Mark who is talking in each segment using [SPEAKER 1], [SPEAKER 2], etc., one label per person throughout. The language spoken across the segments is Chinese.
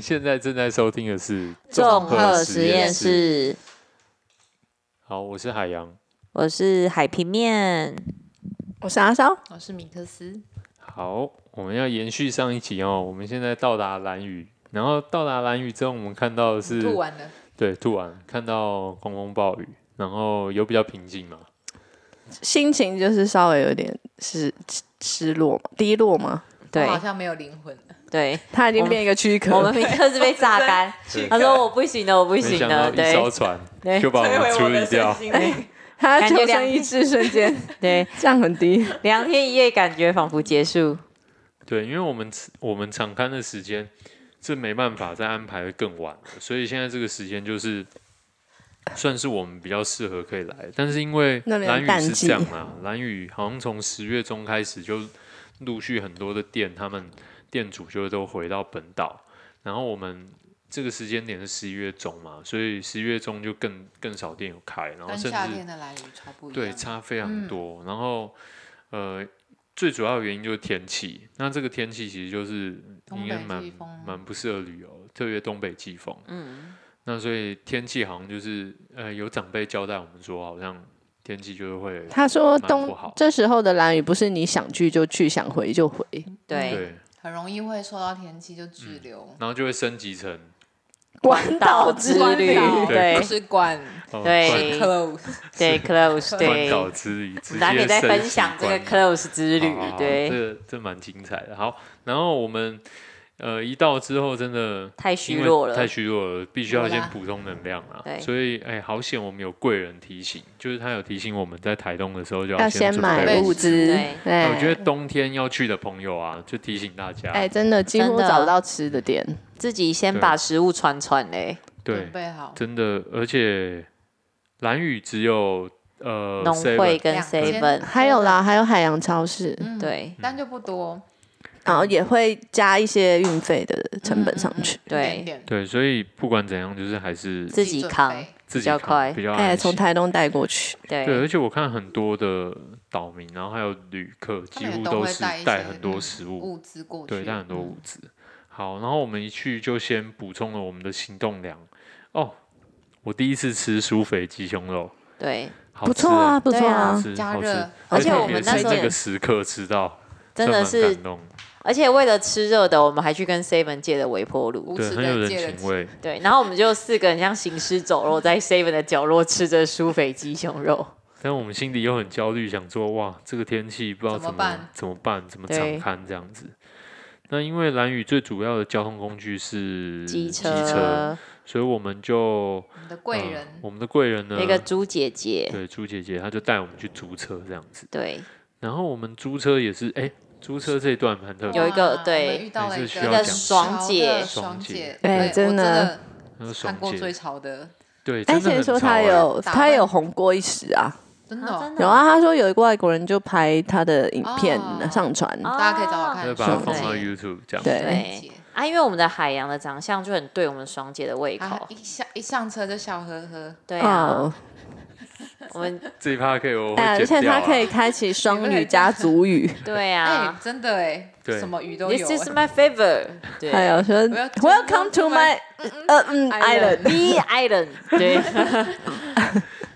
[SPEAKER 1] 现在正在收听的是《
[SPEAKER 2] 综合
[SPEAKER 1] 实
[SPEAKER 2] 实验
[SPEAKER 1] 室》。
[SPEAKER 2] 室，
[SPEAKER 1] 好，我是海洋。
[SPEAKER 2] 我是海平面。
[SPEAKER 3] 我是阿烧，
[SPEAKER 2] 哦
[SPEAKER 4] 我是米克斯，
[SPEAKER 1] 好，我们要延续上一集哦。我们现在到达蓝屿，然后到达蓝屿之后，我们看到的是
[SPEAKER 4] 吐完了，
[SPEAKER 1] 对吐完，看到狂风暴雨，然后有比较平静嘛。
[SPEAKER 3] 心情就是稍微有点失失落嘛，低落嘛，
[SPEAKER 2] 对
[SPEAKER 4] 我好像没有灵魂了。
[SPEAKER 2] 对，
[SPEAKER 3] 他已经变一个躯壳
[SPEAKER 2] 我们明克是被榨干，
[SPEAKER 1] 对
[SPEAKER 2] 他说我不行了，我不
[SPEAKER 1] 没
[SPEAKER 2] 行
[SPEAKER 1] 想
[SPEAKER 2] 了，
[SPEAKER 1] 到一艘
[SPEAKER 2] 对
[SPEAKER 1] 船
[SPEAKER 2] 对
[SPEAKER 1] 就把我们处理掉。
[SPEAKER 3] 他
[SPEAKER 2] 感觉
[SPEAKER 3] 求
[SPEAKER 2] 两
[SPEAKER 3] 生意志瞬间
[SPEAKER 2] 对，
[SPEAKER 3] 降很低。
[SPEAKER 2] 两天一夜感觉仿佛结束。
[SPEAKER 1] 对，因为我们我们场刊的时间，这没办法再安排的更晚了，所以现在这个时间就是算是我们比较适合可以来，但是因为
[SPEAKER 3] 那边
[SPEAKER 1] 蓝
[SPEAKER 3] 淡
[SPEAKER 1] 雨是
[SPEAKER 3] 季
[SPEAKER 1] 这样啊，蓝雨好像从十月中开始就陆续很多的店，他们店主就都回到本岛，然后我们。这个时间点是十一月中嘛，所以十一月中就更更少店有开，然后
[SPEAKER 4] 跟
[SPEAKER 1] 甚
[SPEAKER 4] 夏
[SPEAKER 1] 至
[SPEAKER 4] 天的蓝雨超不一样。
[SPEAKER 1] 对，差非
[SPEAKER 2] 嗯
[SPEAKER 1] 常多。然后，呃，最主要的原因就是天气。那这个天气其实就是
[SPEAKER 4] 东
[SPEAKER 1] 应该
[SPEAKER 4] 北
[SPEAKER 1] 蛮
[SPEAKER 4] 季风
[SPEAKER 1] 蛮不适合旅游，特别东北季风。
[SPEAKER 2] 嗯，
[SPEAKER 1] 那所以天气好像就是，呃，有长辈交代我们说，好像天气就是会
[SPEAKER 3] 他说
[SPEAKER 1] 蛮不
[SPEAKER 3] 冬
[SPEAKER 1] 好
[SPEAKER 3] 这时候的蓝雨不是你想去就去，想回就回，
[SPEAKER 2] 对，
[SPEAKER 1] 对，
[SPEAKER 4] 很容易会受到天气就滞
[SPEAKER 2] 嗯
[SPEAKER 4] 留。
[SPEAKER 1] 然后就会升级成
[SPEAKER 3] 关岛之
[SPEAKER 2] 关
[SPEAKER 3] 旅
[SPEAKER 2] 岛，
[SPEAKER 3] 对
[SPEAKER 4] 不，是关
[SPEAKER 1] 哦
[SPEAKER 2] 对
[SPEAKER 4] 是 close，
[SPEAKER 2] 对，close，
[SPEAKER 1] 关关
[SPEAKER 2] 对，
[SPEAKER 1] 岛之旅，直
[SPEAKER 2] 难免
[SPEAKER 1] 接
[SPEAKER 2] 在
[SPEAKER 1] 升
[SPEAKER 2] 分
[SPEAKER 1] 级
[SPEAKER 2] 享这个
[SPEAKER 1] 关
[SPEAKER 2] close 之旅
[SPEAKER 1] 好好，好
[SPEAKER 2] 对，
[SPEAKER 1] 啊这这蛮精彩的。好，然后我们呃一到之后，真的
[SPEAKER 2] 太
[SPEAKER 1] 因
[SPEAKER 2] 虚
[SPEAKER 1] 为
[SPEAKER 2] 弱了
[SPEAKER 1] 太，虚弱了，必须要
[SPEAKER 4] 有
[SPEAKER 1] 先
[SPEAKER 4] 啦
[SPEAKER 1] 补充能量啊
[SPEAKER 2] 对。
[SPEAKER 1] 所以，哎、好险我们有贵人提醒，就是他有提醒我们在台东的时候就
[SPEAKER 3] 要
[SPEAKER 1] 先
[SPEAKER 3] 先
[SPEAKER 1] 准
[SPEAKER 3] 买
[SPEAKER 1] 备
[SPEAKER 3] 物资
[SPEAKER 2] 对。
[SPEAKER 1] 哎
[SPEAKER 3] 对，
[SPEAKER 1] 我觉得冬天要去的朋友啊，就提醒大家，
[SPEAKER 3] 哎，真的几乎
[SPEAKER 2] 真的
[SPEAKER 3] 找不到吃的店，
[SPEAKER 2] 自己先
[SPEAKER 1] 对
[SPEAKER 2] 把食物传传欸嘞，
[SPEAKER 1] 对
[SPEAKER 4] 准，备好。
[SPEAKER 1] 真的，而且蓝雨只有呃
[SPEAKER 2] 农
[SPEAKER 1] 7-Eleven
[SPEAKER 2] 会跟
[SPEAKER 4] 两间
[SPEAKER 2] seven，
[SPEAKER 3] 还有啦，还有海洋超市，
[SPEAKER 4] 嗯，
[SPEAKER 2] 对
[SPEAKER 4] 但就不多，
[SPEAKER 3] 然后也会加一些运费的成本上去。
[SPEAKER 4] 一嗯点
[SPEAKER 2] 对
[SPEAKER 4] 点
[SPEAKER 1] 对，所以不管怎样，就是还是
[SPEAKER 2] 自己
[SPEAKER 4] 准
[SPEAKER 2] 扛
[SPEAKER 4] 备
[SPEAKER 1] 自己
[SPEAKER 2] 较
[SPEAKER 1] 扛
[SPEAKER 2] 快
[SPEAKER 1] 比较
[SPEAKER 3] 哎，
[SPEAKER 1] 安
[SPEAKER 3] 从
[SPEAKER 1] 心
[SPEAKER 3] 台东带过去，
[SPEAKER 1] 对，
[SPEAKER 2] 对
[SPEAKER 1] 而且我看很多的岛民，然后还有旅客，
[SPEAKER 4] 他
[SPEAKER 1] 几
[SPEAKER 4] 们也
[SPEAKER 1] 乎
[SPEAKER 4] 都会
[SPEAKER 1] 是
[SPEAKER 4] 带一
[SPEAKER 1] 带
[SPEAKER 4] 些
[SPEAKER 1] 很多
[SPEAKER 4] 嗯
[SPEAKER 1] 食物，
[SPEAKER 4] 物资过去。
[SPEAKER 1] 对，带很多物资。好，然后我们一去就先补充了我们的行动粮。哦，我第一次吃苏肥鸡胸肉，
[SPEAKER 2] 对，
[SPEAKER 1] 好
[SPEAKER 3] 不错
[SPEAKER 1] 吃欸
[SPEAKER 3] 啊，，不
[SPEAKER 2] 对
[SPEAKER 3] 错
[SPEAKER 2] 啊
[SPEAKER 1] 好
[SPEAKER 3] 啊。
[SPEAKER 1] 吃，
[SPEAKER 4] 加
[SPEAKER 1] 好吃
[SPEAKER 4] 热
[SPEAKER 2] 而且
[SPEAKER 1] 特
[SPEAKER 2] 我
[SPEAKER 1] 别
[SPEAKER 2] 们那
[SPEAKER 1] 是
[SPEAKER 2] 时候
[SPEAKER 1] 这个时刻吃到，
[SPEAKER 2] 真的
[SPEAKER 1] 蛮
[SPEAKER 2] 是
[SPEAKER 1] 感动，
[SPEAKER 2] 而且为了吃热的，我们还去跟 Seven 借的微波炉。
[SPEAKER 4] 无
[SPEAKER 1] 对，
[SPEAKER 4] 耻
[SPEAKER 1] 很有
[SPEAKER 4] 的
[SPEAKER 1] 人
[SPEAKER 4] 借
[SPEAKER 1] 情
[SPEAKER 4] 了
[SPEAKER 1] 味。
[SPEAKER 2] 对，然后我们就四个人像行尸走肉，在 Seven 的角落吃着酥肥鸡胸肉。
[SPEAKER 1] 但我们心里又很焦虑，想说哇，这个天气不知道
[SPEAKER 4] 怎么
[SPEAKER 1] 怎
[SPEAKER 4] 办
[SPEAKER 1] 怎么办，怎么
[SPEAKER 2] 对
[SPEAKER 1] 敞刊这样子。那因为蓝屿最主要的交通工具是
[SPEAKER 2] 机
[SPEAKER 1] 车，所以我们就
[SPEAKER 4] 我们的贵
[SPEAKER 1] 呃
[SPEAKER 4] 人，
[SPEAKER 1] 我们的贵人呢，
[SPEAKER 2] 那个猪姐姐，
[SPEAKER 1] 对，朱姐姐她就带我们去租车这样子。
[SPEAKER 2] 对，
[SPEAKER 1] 然后我们租车也是，哎，租车这一段蛮特别
[SPEAKER 2] 有一
[SPEAKER 1] 的，
[SPEAKER 2] 个
[SPEAKER 4] 哇
[SPEAKER 2] 对
[SPEAKER 4] 我们遇到了
[SPEAKER 1] 也
[SPEAKER 4] 一
[SPEAKER 1] 是
[SPEAKER 4] 个
[SPEAKER 1] 需要讲
[SPEAKER 2] 一个爽姐
[SPEAKER 4] 爽
[SPEAKER 1] 爽姐
[SPEAKER 4] 姐，
[SPEAKER 3] 哎
[SPEAKER 4] 对我
[SPEAKER 3] 真
[SPEAKER 4] 真
[SPEAKER 3] 的
[SPEAKER 4] 的
[SPEAKER 1] 那个爽
[SPEAKER 4] 看过最
[SPEAKER 1] 姐，
[SPEAKER 4] 潮的，
[SPEAKER 1] 对，
[SPEAKER 3] 哎，
[SPEAKER 1] 真的
[SPEAKER 3] 谁
[SPEAKER 1] 很
[SPEAKER 3] 说
[SPEAKER 1] 潮
[SPEAKER 3] 他
[SPEAKER 1] 哎
[SPEAKER 3] 有
[SPEAKER 4] 打
[SPEAKER 3] 他
[SPEAKER 4] 扮
[SPEAKER 3] 有红过一时啊？
[SPEAKER 4] 真
[SPEAKER 2] 啊
[SPEAKER 4] 的哦
[SPEAKER 2] 真的
[SPEAKER 3] 有啊，他说有一个外国人就拍他的影片
[SPEAKER 4] 哦
[SPEAKER 3] 上传，
[SPEAKER 2] 哦
[SPEAKER 4] 大家可以找我看
[SPEAKER 1] 她就把它
[SPEAKER 4] 爽
[SPEAKER 1] 放
[SPEAKER 4] 姐
[SPEAKER 1] 到 YouTube 这样子。
[SPEAKER 3] 对
[SPEAKER 4] 爽
[SPEAKER 2] 对
[SPEAKER 4] 姐
[SPEAKER 2] 啊，因为我们的海洋的长相就很对我们爽姐的胃
[SPEAKER 4] 啊
[SPEAKER 2] 口，
[SPEAKER 4] 一，下一上车就笑呵呵，
[SPEAKER 2] 对啊
[SPEAKER 3] 哦，，
[SPEAKER 2] 我们
[SPEAKER 1] 这一趴可以我会
[SPEAKER 3] 哎，而
[SPEAKER 1] 剪
[SPEAKER 3] 且
[SPEAKER 1] 掉
[SPEAKER 3] 他
[SPEAKER 1] 啊。
[SPEAKER 3] 可以开启双语加族语，
[SPEAKER 2] 对
[SPEAKER 4] 哎
[SPEAKER 2] 啊，
[SPEAKER 4] 真的哎，
[SPEAKER 1] 对
[SPEAKER 4] 什么鱼都有
[SPEAKER 2] This is
[SPEAKER 4] 哎，
[SPEAKER 2] my favorite，对
[SPEAKER 3] 还有说
[SPEAKER 4] Welcome to
[SPEAKER 3] Welcome to my 呃嗯
[SPEAKER 4] island
[SPEAKER 3] island，
[SPEAKER 2] ，Me Island，对，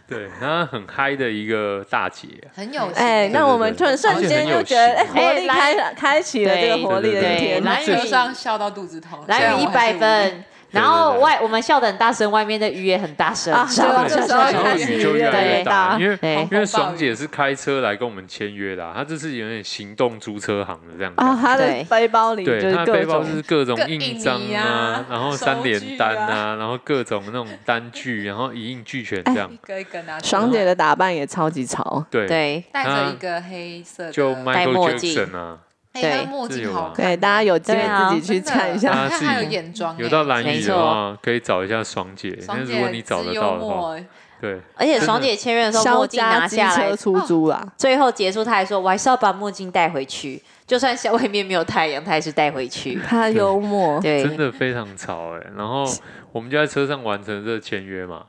[SPEAKER 1] 对，她很嗨的一个大姐，啊
[SPEAKER 4] 很有
[SPEAKER 3] 哎，
[SPEAKER 1] 对
[SPEAKER 4] 型。
[SPEAKER 3] 那我们突然瞬间就觉得
[SPEAKER 1] 而且
[SPEAKER 2] 很
[SPEAKER 3] 哎
[SPEAKER 2] 有
[SPEAKER 3] 活力
[SPEAKER 2] 型哎
[SPEAKER 3] 开开启了这个活力
[SPEAKER 1] 对
[SPEAKER 3] 的一
[SPEAKER 1] 对
[SPEAKER 2] 对，
[SPEAKER 3] 天，
[SPEAKER 2] 蓝
[SPEAKER 4] 车
[SPEAKER 2] 雨
[SPEAKER 4] 上笑到肚子痛，虽
[SPEAKER 2] 蓝
[SPEAKER 4] 然我
[SPEAKER 2] 雨一
[SPEAKER 4] 还是
[SPEAKER 2] 百
[SPEAKER 4] 无语，
[SPEAKER 2] 分，然
[SPEAKER 1] 对
[SPEAKER 2] 后
[SPEAKER 1] 对
[SPEAKER 2] 外我们笑得很大声，外面的雨也很大声，
[SPEAKER 3] 啊
[SPEAKER 2] 笑
[SPEAKER 3] 对啊
[SPEAKER 2] 笑
[SPEAKER 3] 这
[SPEAKER 2] 笑
[SPEAKER 3] 时候
[SPEAKER 2] 笑
[SPEAKER 1] 然
[SPEAKER 2] 笑
[SPEAKER 1] 后
[SPEAKER 3] 开
[SPEAKER 2] 笑
[SPEAKER 3] 始
[SPEAKER 1] 雨就越来越大，因为
[SPEAKER 2] 对
[SPEAKER 1] 因为爽姐是开车来跟我们签约的啊，她这是有点行动租车行的这样子。
[SPEAKER 3] 啊，他的
[SPEAKER 2] 对
[SPEAKER 3] 背包里就
[SPEAKER 1] 对，
[SPEAKER 3] 是
[SPEAKER 1] 他的
[SPEAKER 3] 各
[SPEAKER 1] 背包
[SPEAKER 3] 种
[SPEAKER 1] 就是各种
[SPEAKER 4] 各
[SPEAKER 1] 印
[SPEAKER 4] 印
[SPEAKER 1] 章
[SPEAKER 4] 泥
[SPEAKER 1] 啊
[SPEAKER 4] 啊，
[SPEAKER 1] 然后
[SPEAKER 4] 手
[SPEAKER 1] 三连
[SPEAKER 4] 具
[SPEAKER 1] 单
[SPEAKER 4] 啊
[SPEAKER 1] 啊，然后各种那种单据，然后一应俱全
[SPEAKER 3] 哎
[SPEAKER 1] 这样
[SPEAKER 4] 一。个一个拿出来。
[SPEAKER 3] 爽姐
[SPEAKER 1] 嗯
[SPEAKER 3] 的打扮也超级潮，
[SPEAKER 1] 对，
[SPEAKER 2] 对呃
[SPEAKER 4] 戴着一个黑色的，
[SPEAKER 1] 就
[SPEAKER 2] 戴
[SPEAKER 1] Michael
[SPEAKER 2] 墨镜
[SPEAKER 1] Jackson 啊，
[SPEAKER 4] 哎那
[SPEAKER 2] 对
[SPEAKER 4] 墨
[SPEAKER 1] 自由
[SPEAKER 4] 镜
[SPEAKER 1] 啊
[SPEAKER 4] 好看，
[SPEAKER 3] 对，大家有机
[SPEAKER 2] 对啊
[SPEAKER 3] 会自己去
[SPEAKER 4] 真的
[SPEAKER 3] 看一下，
[SPEAKER 1] 啊
[SPEAKER 4] 你看还
[SPEAKER 1] 自
[SPEAKER 4] 有
[SPEAKER 1] 己
[SPEAKER 4] 眼妆哎，
[SPEAKER 1] 有到蓝
[SPEAKER 2] 没
[SPEAKER 1] 雨的
[SPEAKER 2] 错
[SPEAKER 1] 话，可以找一下爽姐。那
[SPEAKER 4] 爽姐
[SPEAKER 1] 如果你找得
[SPEAKER 4] 之
[SPEAKER 1] 到的话，
[SPEAKER 4] 幽默哎，
[SPEAKER 1] 对，
[SPEAKER 2] 而且爽姐签约的时候墨
[SPEAKER 3] 肖
[SPEAKER 2] 镜拿
[SPEAKER 3] 家机
[SPEAKER 2] 下来哦
[SPEAKER 3] 车，出租啦，
[SPEAKER 2] 最后结束她还说我还是要把墨镜带回去，就算下外面没有太阳，她还是带回 去。
[SPEAKER 3] 他幽默，
[SPEAKER 2] 对
[SPEAKER 1] 欸真的非常潮哎、然后我们就在车上完成这个签约嘛，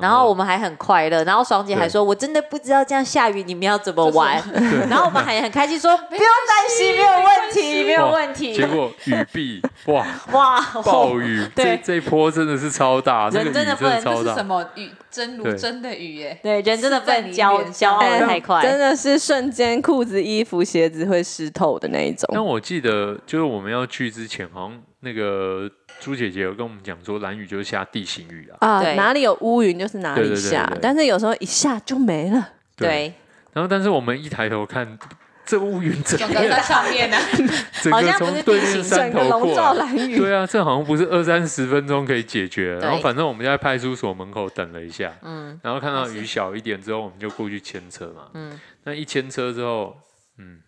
[SPEAKER 2] 然后我们还很快乐，然后爽姐还说：“我真的不知道这样下雨你们要怎么玩。” 然后我们还很开心说：“不用担心，没有 问题，没有问题。”
[SPEAKER 1] 结 果雨碧哇，
[SPEAKER 2] 哇，
[SPEAKER 1] 暴雨，这
[SPEAKER 2] 对
[SPEAKER 1] 这一波真的是超大，那
[SPEAKER 2] 人
[SPEAKER 1] 个雨
[SPEAKER 2] 真的不能
[SPEAKER 1] 超
[SPEAKER 4] 这是
[SPEAKER 1] 大
[SPEAKER 4] 什。么雨？真如
[SPEAKER 1] 对
[SPEAKER 4] 真的哎雨耶！
[SPEAKER 2] 对，人真的不能骄
[SPEAKER 4] 是在
[SPEAKER 2] 骄傲
[SPEAKER 4] 你
[SPEAKER 2] 的
[SPEAKER 4] 脸上
[SPEAKER 2] 哦太快，
[SPEAKER 3] 哎真的是瞬间裤子、衣服、鞋子会湿透的那一种。
[SPEAKER 1] 但我记得，就是我们要去之前，好像那个朱姐姐有跟我们讲说，蓝雨就是下地形雨啊。
[SPEAKER 3] 啊
[SPEAKER 2] 对，
[SPEAKER 3] 哪里有乌云就是哪
[SPEAKER 1] 对
[SPEAKER 3] 里
[SPEAKER 1] 对对
[SPEAKER 3] 下，
[SPEAKER 1] 对对
[SPEAKER 3] 但是有时候一下就没了，
[SPEAKER 2] 对，
[SPEAKER 1] 然后，但是我们一抬头看，这乌云整
[SPEAKER 4] 整个在
[SPEAKER 1] 个
[SPEAKER 4] 上面啊呢，
[SPEAKER 1] 整
[SPEAKER 2] 好
[SPEAKER 1] 个
[SPEAKER 2] 像不
[SPEAKER 1] 从
[SPEAKER 2] 是
[SPEAKER 1] 对
[SPEAKER 2] 地
[SPEAKER 1] 面
[SPEAKER 2] 形
[SPEAKER 1] 山
[SPEAKER 3] 整个
[SPEAKER 1] 头
[SPEAKER 3] 笼
[SPEAKER 1] 过
[SPEAKER 3] 罩
[SPEAKER 1] 来。
[SPEAKER 3] 蓝雨。
[SPEAKER 1] 对啊，这好像不是二三十分钟可以解决。然后
[SPEAKER 2] 对
[SPEAKER 1] 反正我们就在派出所门口等了一下，
[SPEAKER 2] 嗯，
[SPEAKER 1] 然后看到雨小一点之后，我们就过去牵车嘛。
[SPEAKER 2] 嗯
[SPEAKER 1] 那一牵车之后，嗯，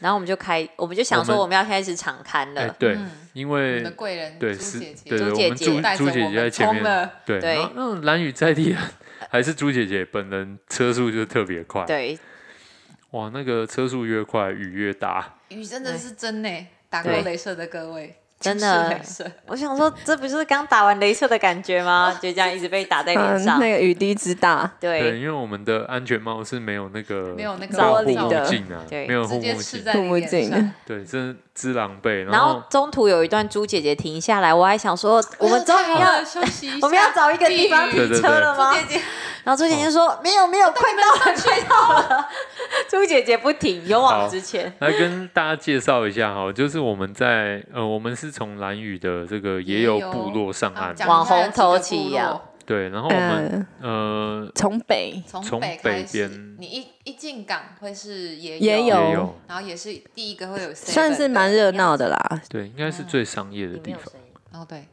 [SPEAKER 2] 然后我们就开，我们就想说
[SPEAKER 1] 我们
[SPEAKER 2] 我们要开始敞刊
[SPEAKER 1] 哎、
[SPEAKER 2] 了，
[SPEAKER 1] 对，
[SPEAKER 4] 嗯
[SPEAKER 1] 因
[SPEAKER 4] 我
[SPEAKER 1] 为
[SPEAKER 4] 们的贵人
[SPEAKER 1] 对
[SPEAKER 4] 朱
[SPEAKER 1] 是
[SPEAKER 4] 姐，
[SPEAKER 1] 对
[SPEAKER 4] 姐
[SPEAKER 1] 对，
[SPEAKER 2] 朱
[SPEAKER 1] 我
[SPEAKER 2] 姐
[SPEAKER 1] 们
[SPEAKER 2] 姐
[SPEAKER 1] 朱
[SPEAKER 4] 带着
[SPEAKER 1] 朱姐
[SPEAKER 4] 我
[SPEAKER 1] 姐在
[SPEAKER 4] 们
[SPEAKER 1] 前
[SPEAKER 4] 冲
[SPEAKER 1] 面，
[SPEAKER 4] 了，
[SPEAKER 1] 对，
[SPEAKER 2] 对
[SPEAKER 1] 然后那种蓝雨在地人还是朱姐姐本人车速就特别快，
[SPEAKER 2] 对
[SPEAKER 1] 哇，那个车速越快雨越大，
[SPEAKER 4] 雨真的是真呢，打过
[SPEAKER 1] 对
[SPEAKER 4] 镭射的各位，
[SPEAKER 2] 真
[SPEAKER 4] 是
[SPEAKER 2] 的
[SPEAKER 4] 镭。射
[SPEAKER 2] 我想说，这不是刚打完镭射的感觉吗？ 就这样一直被打在脸
[SPEAKER 3] 嗯，
[SPEAKER 2] 上。
[SPEAKER 3] 那个雨滴之大，
[SPEAKER 1] 对，
[SPEAKER 2] 对
[SPEAKER 1] 因为我们的安全帽是没有那个
[SPEAKER 4] 没有那个
[SPEAKER 1] 护
[SPEAKER 3] 玻璃
[SPEAKER 1] 目
[SPEAKER 3] 的
[SPEAKER 1] 镜啊，
[SPEAKER 2] 对
[SPEAKER 1] 没有护
[SPEAKER 4] 直接
[SPEAKER 1] 目
[SPEAKER 4] 刺
[SPEAKER 1] 镜，
[SPEAKER 4] 在
[SPEAKER 3] 护
[SPEAKER 4] 你
[SPEAKER 3] 目
[SPEAKER 4] 脸
[SPEAKER 3] 镜
[SPEAKER 4] 上，
[SPEAKER 1] 对，真的之狼狈，
[SPEAKER 2] 然后中途有一段朱姐姐停下来，我还想说，我们终于
[SPEAKER 4] 太好
[SPEAKER 2] 要
[SPEAKER 4] 了哎休息一下，
[SPEAKER 2] 我们要找一个地方
[SPEAKER 4] 避
[SPEAKER 1] 对
[SPEAKER 4] 雨
[SPEAKER 2] 停车了吗？
[SPEAKER 4] 朱姐姐
[SPEAKER 2] 然后朱姐姐说、没有没有，快到了 快到了。朱姐姐不停，勇
[SPEAKER 1] 好
[SPEAKER 2] 往直前。
[SPEAKER 1] 来跟大家介绍一下哈，就是我们在呃，我们是从蓝屿的这个野有部落上岸
[SPEAKER 4] 啊，讲
[SPEAKER 2] 网
[SPEAKER 4] 一下
[SPEAKER 2] 红
[SPEAKER 4] 有几
[SPEAKER 2] 头
[SPEAKER 4] 个
[SPEAKER 2] 起
[SPEAKER 4] 部
[SPEAKER 2] 呀
[SPEAKER 4] 落
[SPEAKER 1] 对，然后我们、
[SPEAKER 3] 嗯，
[SPEAKER 1] 呃
[SPEAKER 3] 从北
[SPEAKER 1] 从
[SPEAKER 4] 从北
[SPEAKER 1] 北
[SPEAKER 4] 开始
[SPEAKER 1] 边
[SPEAKER 4] 你一一进港会是也
[SPEAKER 3] 也
[SPEAKER 4] 有，
[SPEAKER 1] 也
[SPEAKER 3] 有
[SPEAKER 1] 有
[SPEAKER 4] 然后也是第一个会有 seven
[SPEAKER 3] 算是蛮热闹的啦。
[SPEAKER 1] 对，应该是最商业的
[SPEAKER 2] 你没
[SPEAKER 1] 地
[SPEAKER 2] 有
[SPEAKER 1] 方。
[SPEAKER 2] 声音
[SPEAKER 4] 哦对，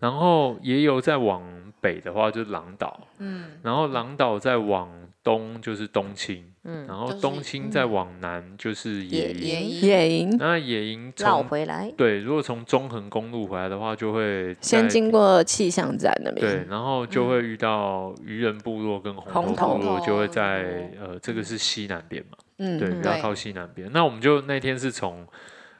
[SPEAKER 1] 然后也有再往北的话就是狼岛，
[SPEAKER 4] 嗯，
[SPEAKER 1] 然后狼岛再往东就是东青，
[SPEAKER 2] 嗯，
[SPEAKER 1] 然后
[SPEAKER 4] 就是
[SPEAKER 1] 东青再往南就是野营。
[SPEAKER 4] 也一
[SPEAKER 3] 野营
[SPEAKER 1] 那野营
[SPEAKER 2] 绕
[SPEAKER 1] 从
[SPEAKER 2] 回来。
[SPEAKER 1] 对，如果从中横公路回来的话，就会在
[SPEAKER 3] 先经过气象站那
[SPEAKER 1] 对，
[SPEAKER 3] 边，
[SPEAKER 1] 然后就会遇到渔人部落跟红头
[SPEAKER 3] 红头
[SPEAKER 1] 部落，就会
[SPEAKER 4] 部
[SPEAKER 1] 在呃，这个是西南边嘛，
[SPEAKER 3] 嗯，
[SPEAKER 1] 对，比
[SPEAKER 3] 嗯
[SPEAKER 1] 较
[SPEAKER 4] 对
[SPEAKER 1] 靠西南边。那我们就那天是从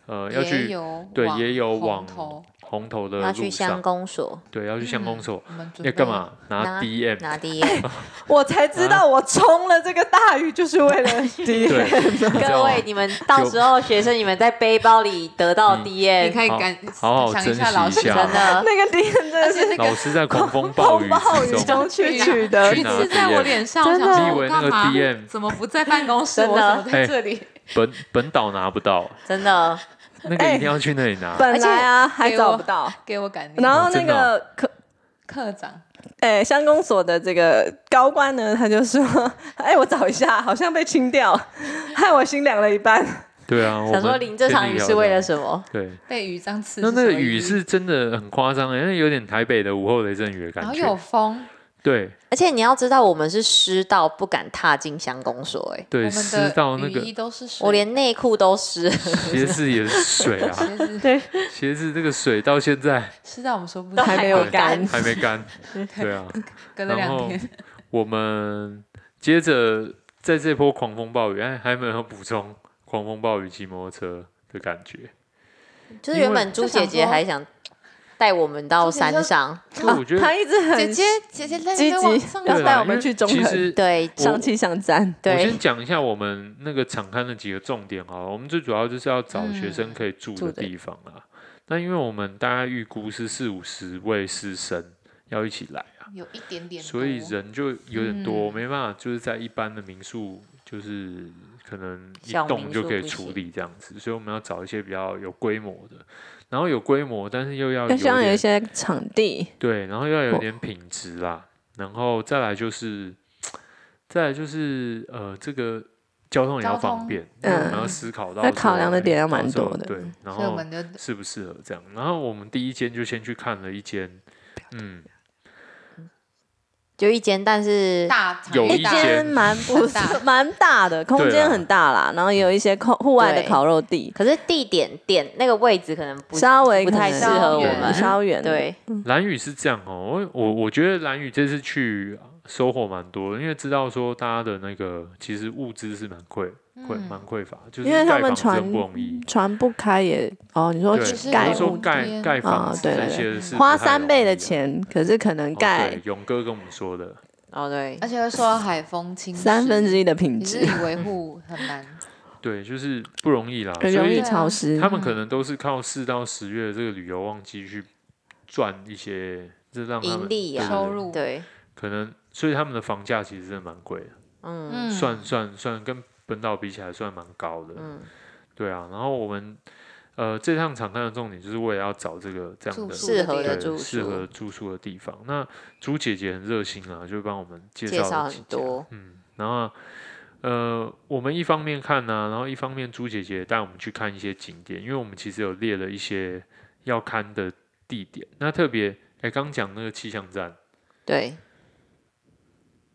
[SPEAKER 1] 呃要
[SPEAKER 4] 也
[SPEAKER 1] 去
[SPEAKER 4] 有
[SPEAKER 1] 对
[SPEAKER 4] 网
[SPEAKER 1] 也有
[SPEAKER 4] 红
[SPEAKER 1] 往
[SPEAKER 4] 头
[SPEAKER 1] 红头的
[SPEAKER 2] 要
[SPEAKER 1] 路
[SPEAKER 2] 去乡
[SPEAKER 1] 上，
[SPEAKER 2] 公所
[SPEAKER 1] 对，要去乡公所，
[SPEAKER 4] 嗯我们准
[SPEAKER 1] 要
[SPEAKER 4] 备
[SPEAKER 1] 干？嘛？拿
[SPEAKER 2] 拿
[SPEAKER 1] DM，
[SPEAKER 2] 拿 DM，
[SPEAKER 3] 我才知道我冲了这个大雨就是为了 第
[SPEAKER 1] 对，你知
[SPEAKER 2] 各
[SPEAKER 1] 道吗
[SPEAKER 2] 位，你们到时候学生你们在背包里得到
[SPEAKER 1] 嗯
[SPEAKER 4] 你
[SPEAKER 2] DM，
[SPEAKER 4] 可以
[SPEAKER 1] 好
[SPEAKER 4] 感
[SPEAKER 1] 好好
[SPEAKER 4] 想
[SPEAKER 1] 珍
[SPEAKER 4] 一下
[SPEAKER 1] 惜
[SPEAKER 4] 老
[SPEAKER 1] 一
[SPEAKER 4] 师
[SPEAKER 1] 下
[SPEAKER 2] 真的
[SPEAKER 3] 那个地真
[SPEAKER 4] 而
[SPEAKER 3] 的
[SPEAKER 4] 且
[SPEAKER 3] 是
[SPEAKER 4] 那
[SPEAKER 1] 老
[SPEAKER 4] 个
[SPEAKER 1] 师在狂风暴雨
[SPEAKER 3] 暴雨
[SPEAKER 1] 之
[SPEAKER 3] 中
[SPEAKER 1] 中，
[SPEAKER 3] 去取的
[SPEAKER 1] 去，
[SPEAKER 4] 一
[SPEAKER 1] 拿
[SPEAKER 4] 直在我
[SPEAKER 1] DM
[SPEAKER 4] 脸上，我
[SPEAKER 3] 真的
[SPEAKER 4] 想
[SPEAKER 1] 你
[SPEAKER 4] 说
[SPEAKER 1] 以为
[SPEAKER 4] 我
[SPEAKER 1] 那
[SPEAKER 4] 干
[SPEAKER 1] 个
[SPEAKER 4] 嘛
[SPEAKER 1] DM？
[SPEAKER 4] 怎么不在办公室？
[SPEAKER 2] 真
[SPEAKER 4] 我
[SPEAKER 2] 的
[SPEAKER 4] 怎么在这 里？
[SPEAKER 1] 本本岛拿不到，
[SPEAKER 2] 真的
[SPEAKER 1] 那个一定要去那里拿。
[SPEAKER 3] 本来啊还找不到，
[SPEAKER 4] 给我感念
[SPEAKER 3] 然后
[SPEAKER 1] 哦
[SPEAKER 3] 那
[SPEAKER 1] 真的
[SPEAKER 3] 个可
[SPEAKER 4] 课长，
[SPEAKER 3] 哎，乡公所的这个高官呢，他就说：“哎，我找一下，好像被清掉，害我心凉了一半。
[SPEAKER 1] 对啊，我
[SPEAKER 2] 想说
[SPEAKER 1] 们
[SPEAKER 2] 淋这
[SPEAKER 1] 千
[SPEAKER 2] 场
[SPEAKER 1] 里
[SPEAKER 2] 雨
[SPEAKER 1] 迢
[SPEAKER 2] 是为
[SPEAKER 1] 迢
[SPEAKER 2] 了什么？
[SPEAKER 1] 对。
[SPEAKER 4] 被雨这样刺，
[SPEAKER 1] 那那个
[SPEAKER 4] 什么
[SPEAKER 1] 雨是真的很夸张欸，那有点台北的午后雷阵雨的
[SPEAKER 4] 然
[SPEAKER 1] 感
[SPEAKER 4] 后
[SPEAKER 1] 觉。
[SPEAKER 4] 有风，
[SPEAKER 1] 对
[SPEAKER 2] 而且你要知道，我们是湿到不敢踏进乡公所、欸，
[SPEAKER 4] 我
[SPEAKER 1] 对，
[SPEAKER 4] 们
[SPEAKER 1] 湿到
[SPEAKER 4] 的
[SPEAKER 1] 那
[SPEAKER 4] 雨
[SPEAKER 1] 个
[SPEAKER 4] 衣 都是水，
[SPEAKER 2] 我连内裤都湿，
[SPEAKER 1] 鞋子也是水啊，
[SPEAKER 4] 鞋子
[SPEAKER 1] 鞋子这个水到现在
[SPEAKER 4] 湿到我们说不
[SPEAKER 2] 都
[SPEAKER 4] 出
[SPEAKER 3] 还没有
[SPEAKER 1] 对
[SPEAKER 3] 干
[SPEAKER 1] 还没干。对啊，
[SPEAKER 4] 隔了
[SPEAKER 1] 然后
[SPEAKER 4] 两天，
[SPEAKER 1] 我们接着在这波狂风暴雨，哎，还没有补充狂风暴雨骑摩托车的感觉。
[SPEAKER 2] 就是原本朱姐姐还想带我们到山上，
[SPEAKER 1] 就
[SPEAKER 4] 哦
[SPEAKER 1] 我觉”得
[SPEAKER 3] 他一直很
[SPEAKER 4] 姐姐姐姐，那
[SPEAKER 3] 积
[SPEAKER 4] 你再往
[SPEAKER 3] 极
[SPEAKER 4] 上
[SPEAKER 1] 对
[SPEAKER 3] 要
[SPEAKER 1] 啊
[SPEAKER 4] 走
[SPEAKER 1] 啦
[SPEAKER 3] 带我
[SPEAKER 1] 因
[SPEAKER 3] 们
[SPEAKER 1] 为
[SPEAKER 3] 去中
[SPEAKER 1] 其
[SPEAKER 3] 横
[SPEAKER 1] 实
[SPEAKER 2] 对
[SPEAKER 1] 我
[SPEAKER 3] 上气象站，
[SPEAKER 1] 我先
[SPEAKER 2] 对
[SPEAKER 1] 讲一下我们那个场刊的几个重点好了，我们最主要就是要找学
[SPEAKER 4] 嗯
[SPEAKER 1] 生可以住的
[SPEAKER 3] 住的
[SPEAKER 1] 地方啊。那因为我们大概预估是四五十位师生要一起来啊，
[SPEAKER 4] 有一点点多，
[SPEAKER 1] 所以人就有点多，
[SPEAKER 4] 嗯
[SPEAKER 1] 没办法，就是在一般的民宿，就是可能一
[SPEAKER 2] 小
[SPEAKER 1] 栋
[SPEAKER 2] 民
[SPEAKER 1] 就
[SPEAKER 2] 宿
[SPEAKER 1] 可以
[SPEAKER 2] 不
[SPEAKER 1] 处
[SPEAKER 2] 行
[SPEAKER 1] 理这样子，所以我们要找一些比较有规模的，然后有规模，但是又要有
[SPEAKER 3] 要像有一
[SPEAKER 1] 点
[SPEAKER 3] 些场地，
[SPEAKER 1] 对，然后要有
[SPEAKER 3] 我
[SPEAKER 1] 点品质啦，然后再来就是，再来就是呃，这个交通也要
[SPEAKER 4] 交
[SPEAKER 1] 方
[SPEAKER 4] 通
[SPEAKER 1] 便，因为我们
[SPEAKER 3] 嗯
[SPEAKER 1] 要思考到
[SPEAKER 3] 要
[SPEAKER 1] 说
[SPEAKER 3] 考量的
[SPEAKER 1] 哎
[SPEAKER 3] 点要
[SPEAKER 1] 到
[SPEAKER 3] 蛮
[SPEAKER 1] 时候
[SPEAKER 3] 多的嗯
[SPEAKER 1] 对，然
[SPEAKER 4] 所以我
[SPEAKER 1] 后
[SPEAKER 4] 们就
[SPEAKER 1] 适不适合这样，然后我们第一间就先去看了一间，嗯，
[SPEAKER 2] 就一间，但是
[SPEAKER 4] 大场
[SPEAKER 1] 有
[SPEAKER 4] 地
[SPEAKER 1] 一
[SPEAKER 4] 大
[SPEAKER 1] 间
[SPEAKER 3] 间蛮不
[SPEAKER 4] 很大
[SPEAKER 3] 蛮大的，空
[SPEAKER 1] 对啦啊
[SPEAKER 3] 间很大啦，然后也有一些空户外的
[SPEAKER 2] 对
[SPEAKER 3] 烤肉地，
[SPEAKER 2] 可是地点点那个位置可能不
[SPEAKER 3] 稍微
[SPEAKER 2] 不太
[SPEAKER 3] 可能
[SPEAKER 2] 适合
[SPEAKER 4] 稍
[SPEAKER 2] 我
[SPEAKER 4] 远
[SPEAKER 2] 们，
[SPEAKER 3] 稍远，，
[SPEAKER 2] 对，
[SPEAKER 1] 蓝宇是这样哦，我我我觉得蓝宇这次去收获蛮多的，因为知道说大家的那个其实物资是蛮匮
[SPEAKER 4] 嗯
[SPEAKER 1] 匮蛮匮乏，就是
[SPEAKER 3] 因为他
[SPEAKER 1] 盖
[SPEAKER 3] 们
[SPEAKER 1] 房子很
[SPEAKER 3] 船
[SPEAKER 1] 不容易。
[SPEAKER 3] 船不开也哦，你说
[SPEAKER 1] 对，
[SPEAKER 4] 只
[SPEAKER 1] 就是
[SPEAKER 3] 盖
[SPEAKER 1] 是说
[SPEAKER 3] 屋
[SPEAKER 4] 屋
[SPEAKER 1] 盖
[SPEAKER 4] 顶
[SPEAKER 1] 盖房
[SPEAKER 3] 啊
[SPEAKER 1] 子
[SPEAKER 3] 对
[SPEAKER 1] 这
[SPEAKER 3] 对
[SPEAKER 1] 些是不
[SPEAKER 3] 花
[SPEAKER 1] 太
[SPEAKER 3] 三
[SPEAKER 1] 容
[SPEAKER 3] 倍的
[SPEAKER 1] 易啊
[SPEAKER 3] 钱，可是可能
[SPEAKER 1] 哦
[SPEAKER 3] 盖
[SPEAKER 1] 对，勇哥跟我们说的，
[SPEAKER 2] 哦，对，
[SPEAKER 4] 而且会受到海风侵蚀，
[SPEAKER 3] 三分之一的品
[SPEAKER 2] 嗯
[SPEAKER 4] 你自
[SPEAKER 3] 质
[SPEAKER 4] 己，维护很难。
[SPEAKER 1] 对，就是不容易啦，
[SPEAKER 3] 很
[SPEAKER 1] 所
[SPEAKER 3] 容易
[SPEAKER 1] 以
[SPEAKER 4] 对啊
[SPEAKER 3] 潮湿
[SPEAKER 1] 他。们可能都是靠四到十月这个旅游旺季去赚一些，这让他们
[SPEAKER 2] 盈利啊
[SPEAKER 1] 对对对
[SPEAKER 4] 收入，
[SPEAKER 2] 对，
[SPEAKER 1] 可能，所以他们的房价其实真的蛮贵的，
[SPEAKER 2] 嗯
[SPEAKER 4] 嗯，
[SPEAKER 1] 算算算跟本岛比起来算蛮高的，
[SPEAKER 2] 嗯，
[SPEAKER 1] 对啊。然后我们呃这趟场看的重点就是为了要找这个这样的
[SPEAKER 4] 住宿
[SPEAKER 2] 适合
[SPEAKER 1] 对
[SPEAKER 2] 的住
[SPEAKER 1] 适合
[SPEAKER 2] 宿
[SPEAKER 1] 住宿的地方。那朱姐姐很热心啊，就帮我们介
[SPEAKER 2] 介
[SPEAKER 1] 绍
[SPEAKER 2] 绍
[SPEAKER 1] 了
[SPEAKER 2] 很
[SPEAKER 1] 几家。
[SPEAKER 2] 多，
[SPEAKER 1] 嗯，然后呃，我们一方面看呢、然后一方面朱姐姐带我们去看一些景点，因为我们其实有列了一些要看的地点。那特别哎，刚讲那个气象站，
[SPEAKER 2] 对，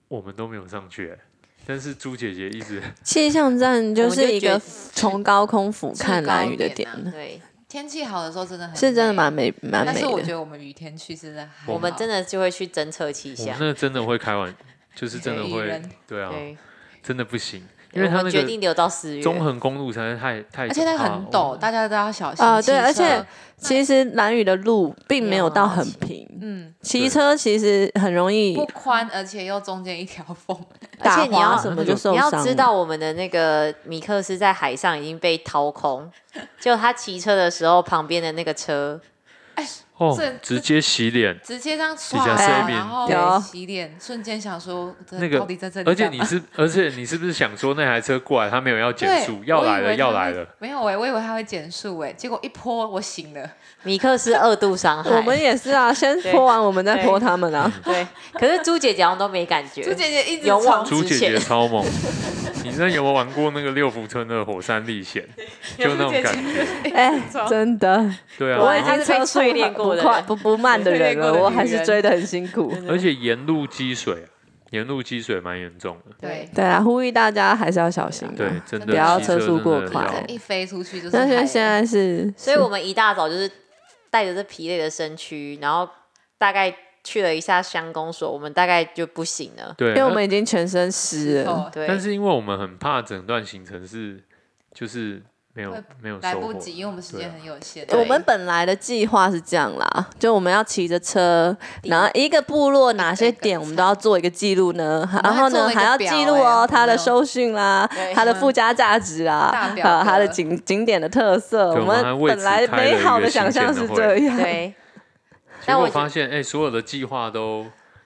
[SPEAKER 1] 我们都没有上去、哎但是朱姐姐一直
[SPEAKER 3] 气象站就
[SPEAKER 2] 我们就是
[SPEAKER 3] 一
[SPEAKER 2] 觉
[SPEAKER 3] 个
[SPEAKER 2] 得
[SPEAKER 3] 从高空俯
[SPEAKER 4] 制
[SPEAKER 3] 瞰
[SPEAKER 4] 高
[SPEAKER 3] 蓝雨的
[SPEAKER 4] 点
[SPEAKER 3] 点
[SPEAKER 4] 啊，
[SPEAKER 2] 对，
[SPEAKER 4] 天气好的时候真的很啊
[SPEAKER 3] 是真的
[SPEAKER 4] 美
[SPEAKER 3] 蛮美蛮
[SPEAKER 4] 但
[SPEAKER 3] 美
[SPEAKER 4] 是我觉
[SPEAKER 3] 的。
[SPEAKER 4] 得我们雨天去真的还
[SPEAKER 1] 我
[SPEAKER 2] 我们真
[SPEAKER 4] 的
[SPEAKER 2] 的就会去侦测气
[SPEAKER 1] 我们
[SPEAKER 2] 象，
[SPEAKER 1] 那个真的会开玩，就是真的
[SPEAKER 4] 对
[SPEAKER 1] 会
[SPEAKER 4] 人，
[SPEAKER 1] 对啊，
[SPEAKER 2] 对，
[SPEAKER 1] 真的不行，因
[SPEAKER 2] 我
[SPEAKER 1] 为他
[SPEAKER 2] 们
[SPEAKER 1] 那
[SPEAKER 2] 决
[SPEAKER 1] 个
[SPEAKER 2] 定留到四月，
[SPEAKER 1] 中横公路实在是太太可怕了，
[SPEAKER 4] 而且它很
[SPEAKER 1] 我
[SPEAKER 4] 陡，大家都要小心
[SPEAKER 3] 啊
[SPEAKER 4] 骑
[SPEAKER 3] 对而
[SPEAKER 4] 车
[SPEAKER 3] 且其实蓝雨的路并没有到
[SPEAKER 2] 没有
[SPEAKER 3] 很
[SPEAKER 2] 啊
[SPEAKER 3] 平，
[SPEAKER 4] 嗯
[SPEAKER 3] 骑车其实很容易
[SPEAKER 4] 不宽，而且又中间一条缝，
[SPEAKER 2] 而
[SPEAKER 3] 打
[SPEAKER 2] 且你要
[SPEAKER 3] 滑什么
[SPEAKER 1] 那个
[SPEAKER 3] 就受
[SPEAKER 2] 你要
[SPEAKER 3] 伤。
[SPEAKER 2] 知道，我们的那个米克斯在海上已经被掏 空，就他骑车的时候，旁边的那个车，
[SPEAKER 1] 哦
[SPEAKER 4] 这，
[SPEAKER 1] 直接洗脸，
[SPEAKER 4] 直接这样
[SPEAKER 1] 洗
[SPEAKER 4] 刷
[SPEAKER 1] 下
[SPEAKER 4] 啊
[SPEAKER 1] 身
[SPEAKER 4] 然后
[SPEAKER 3] 有
[SPEAKER 4] 洗脸，瞬间想说这
[SPEAKER 1] 那个
[SPEAKER 4] 到底在这里
[SPEAKER 1] 而
[SPEAKER 4] 干嘛，
[SPEAKER 1] 且你是， 而且你是不是想说那台车过来，他没有要减
[SPEAKER 4] 对
[SPEAKER 1] 速，要
[SPEAKER 4] 我以
[SPEAKER 1] 来了，
[SPEAKER 4] 为
[SPEAKER 1] 要
[SPEAKER 4] 它
[SPEAKER 1] 来
[SPEAKER 4] 会
[SPEAKER 1] 了，
[SPEAKER 4] 没有哎，我以为他会减速哎，结果一泼我醒了，
[SPEAKER 2] 米克斯二度伤害。
[SPEAKER 3] 我们也是啊，先泼完我们再泼 他们啊。
[SPEAKER 2] 对，可是朱姐姐好像都没感觉，
[SPEAKER 4] 朱姐姐一直
[SPEAKER 2] 勇往
[SPEAKER 4] 冲
[SPEAKER 1] 朱
[SPEAKER 2] 直
[SPEAKER 1] 姐姐
[SPEAKER 2] 前
[SPEAKER 1] 超猛。你那有没有玩过那个六福村的火山历 险？就那种感觉，
[SPEAKER 3] 哎，真的，
[SPEAKER 1] 对
[SPEAKER 2] 我
[SPEAKER 1] 啊。
[SPEAKER 3] 我
[SPEAKER 2] 也
[SPEAKER 3] 已
[SPEAKER 1] 然后
[SPEAKER 2] 是
[SPEAKER 3] 经
[SPEAKER 2] 被
[SPEAKER 3] 车速
[SPEAKER 2] 淬炼
[SPEAKER 3] 很
[SPEAKER 2] 过的
[SPEAKER 3] 不快
[SPEAKER 2] 人
[SPEAKER 3] 不不慢的人
[SPEAKER 4] 淬炼 过
[SPEAKER 3] 了，
[SPEAKER 4] 的
[SPEAKER 3] 我
[SPEAKER 4] 女
[SPEAKER 3] 还是
[SPEAKER 4] 人
[SPEAKER 3] 追得很辛苦。
[SPEAKER 1] 而且沿路积水啊，沿路积水蛮严重的。
[SPEAKER 4] 对，
[SPEAKER 3] 对啊，呼吁大家还是要小心啊。
[SPEAKER 1] 对，真的
[SPEAKER 4] 不要
[SPEAKER 1] 骑
[SPEAKER 3] 车速
[SPEAKER 1] 真
[SPEAKER 3] 过
[SPEAKER 1] 的
[SPEAKER 3] 快
[SPEAKER 1] 要
[SPEAKER 4] 一飞出去就是
[SPEAKER 3] 但是
[SPEAKER 4] 海
[SPEAKER 3] 现在是，
[SPEAKER 2] 所以我们一大早就是带着这疲累的身躯，然后大概去了一下乡公所，我们大概就不行了。
[SPEAKER 1] 对，
[SPEAKER 3] 因为我
[SPEAKER 1] 那
[SPEAKER 3] 们已经全身湿了。
[SPEAKER 4] 哦
[SPEAKER 2] 对，
[SPEAKER 1] 但是因为我们很怕整段行程是就是没有
[SPEAKER 4] 会
[SPEAKER 1] 没有
[SPEAKER 4] 来
[SPEAKER 1] 收获
[SPEAKER 4] 不
[SPEAKER 1] 的，
[SPEAKER 4] 及，因为我们时
[SPEAKER 1] 对
[SPEAKER 4] 间
[SPEAKER 1] 啊
[SPEAKER 4] 很有限，
[SPEAKER 2] 对
[SPEAKER 3] 我们本来的计划是这样啦，就我们要骑着车，
[SPEAKER 2] 地
[SPEAKER 3] 然后一个部落哪些
[SPEAKER 4] 一个一
[SPEAKER 3] 点
[SPEAKER 4] 个
[SPEAKER 3] 我们都要做一个记录呢？
[SPEAKER 4] 还
[SPEAKER 3] 然后
[SPEAKER 4] 做
[SPEAKER 3] 呢
[SPEAKER 4] 了一个
[SPEAKER 3] 还要
[SPEAKER 4] 表
[SPEAKER 3] 记录
[SPEAKER 4] 欸我
[SPEAKER 3] 哦
[SPEAKER 4] 们
[SPEAKER 3] 它的
[SPEAKER 4] 有
[SPEAKER 3] 收讯啦
[SPEAKER 2] 对，
[SPEAKER 3] 它的附加价值啦
[SPEAKER 4] 大，表
[SPEAKER 3] 呃，它的
[SPEAKER 4] 格
[SPEAKER 3] 景景点的特色。
[SPEAKER 1] 对
[SPEAKER 3] 我
[SPEAKER 1] 我们还
[SPEAKER 3] 们
[SPEAKER 1] 为
[SPEAKER 3] 本
[SPEAKER 1] 此
[SPEAKER 3] 来
[SPEAKER 1] 开了
[SPEAKER 3] 美
[SPEAKER 1] 一
[SPEAKER 3] 好
[SPEAKER 1] 个
[SPEAKER 3] 的
[SPEAKER 1] 新
[SPEAKER 3] 想
[SPEAKER 1] 鲜
[SPEAKER 3] 象
[SPEAKER 1] 的
[SPEAKER 3] 是
[SPEAKER 1] 会
[SPEAKER 3] 这样。
[SPEAKER 2] 对，
[SPEAKER 1] 结
[SPEAKER 2] 但
[SPEAKER 1] 果
[SPEAKER 2] 我觉
[SPEAKER 1] 发现哎、所有的计划都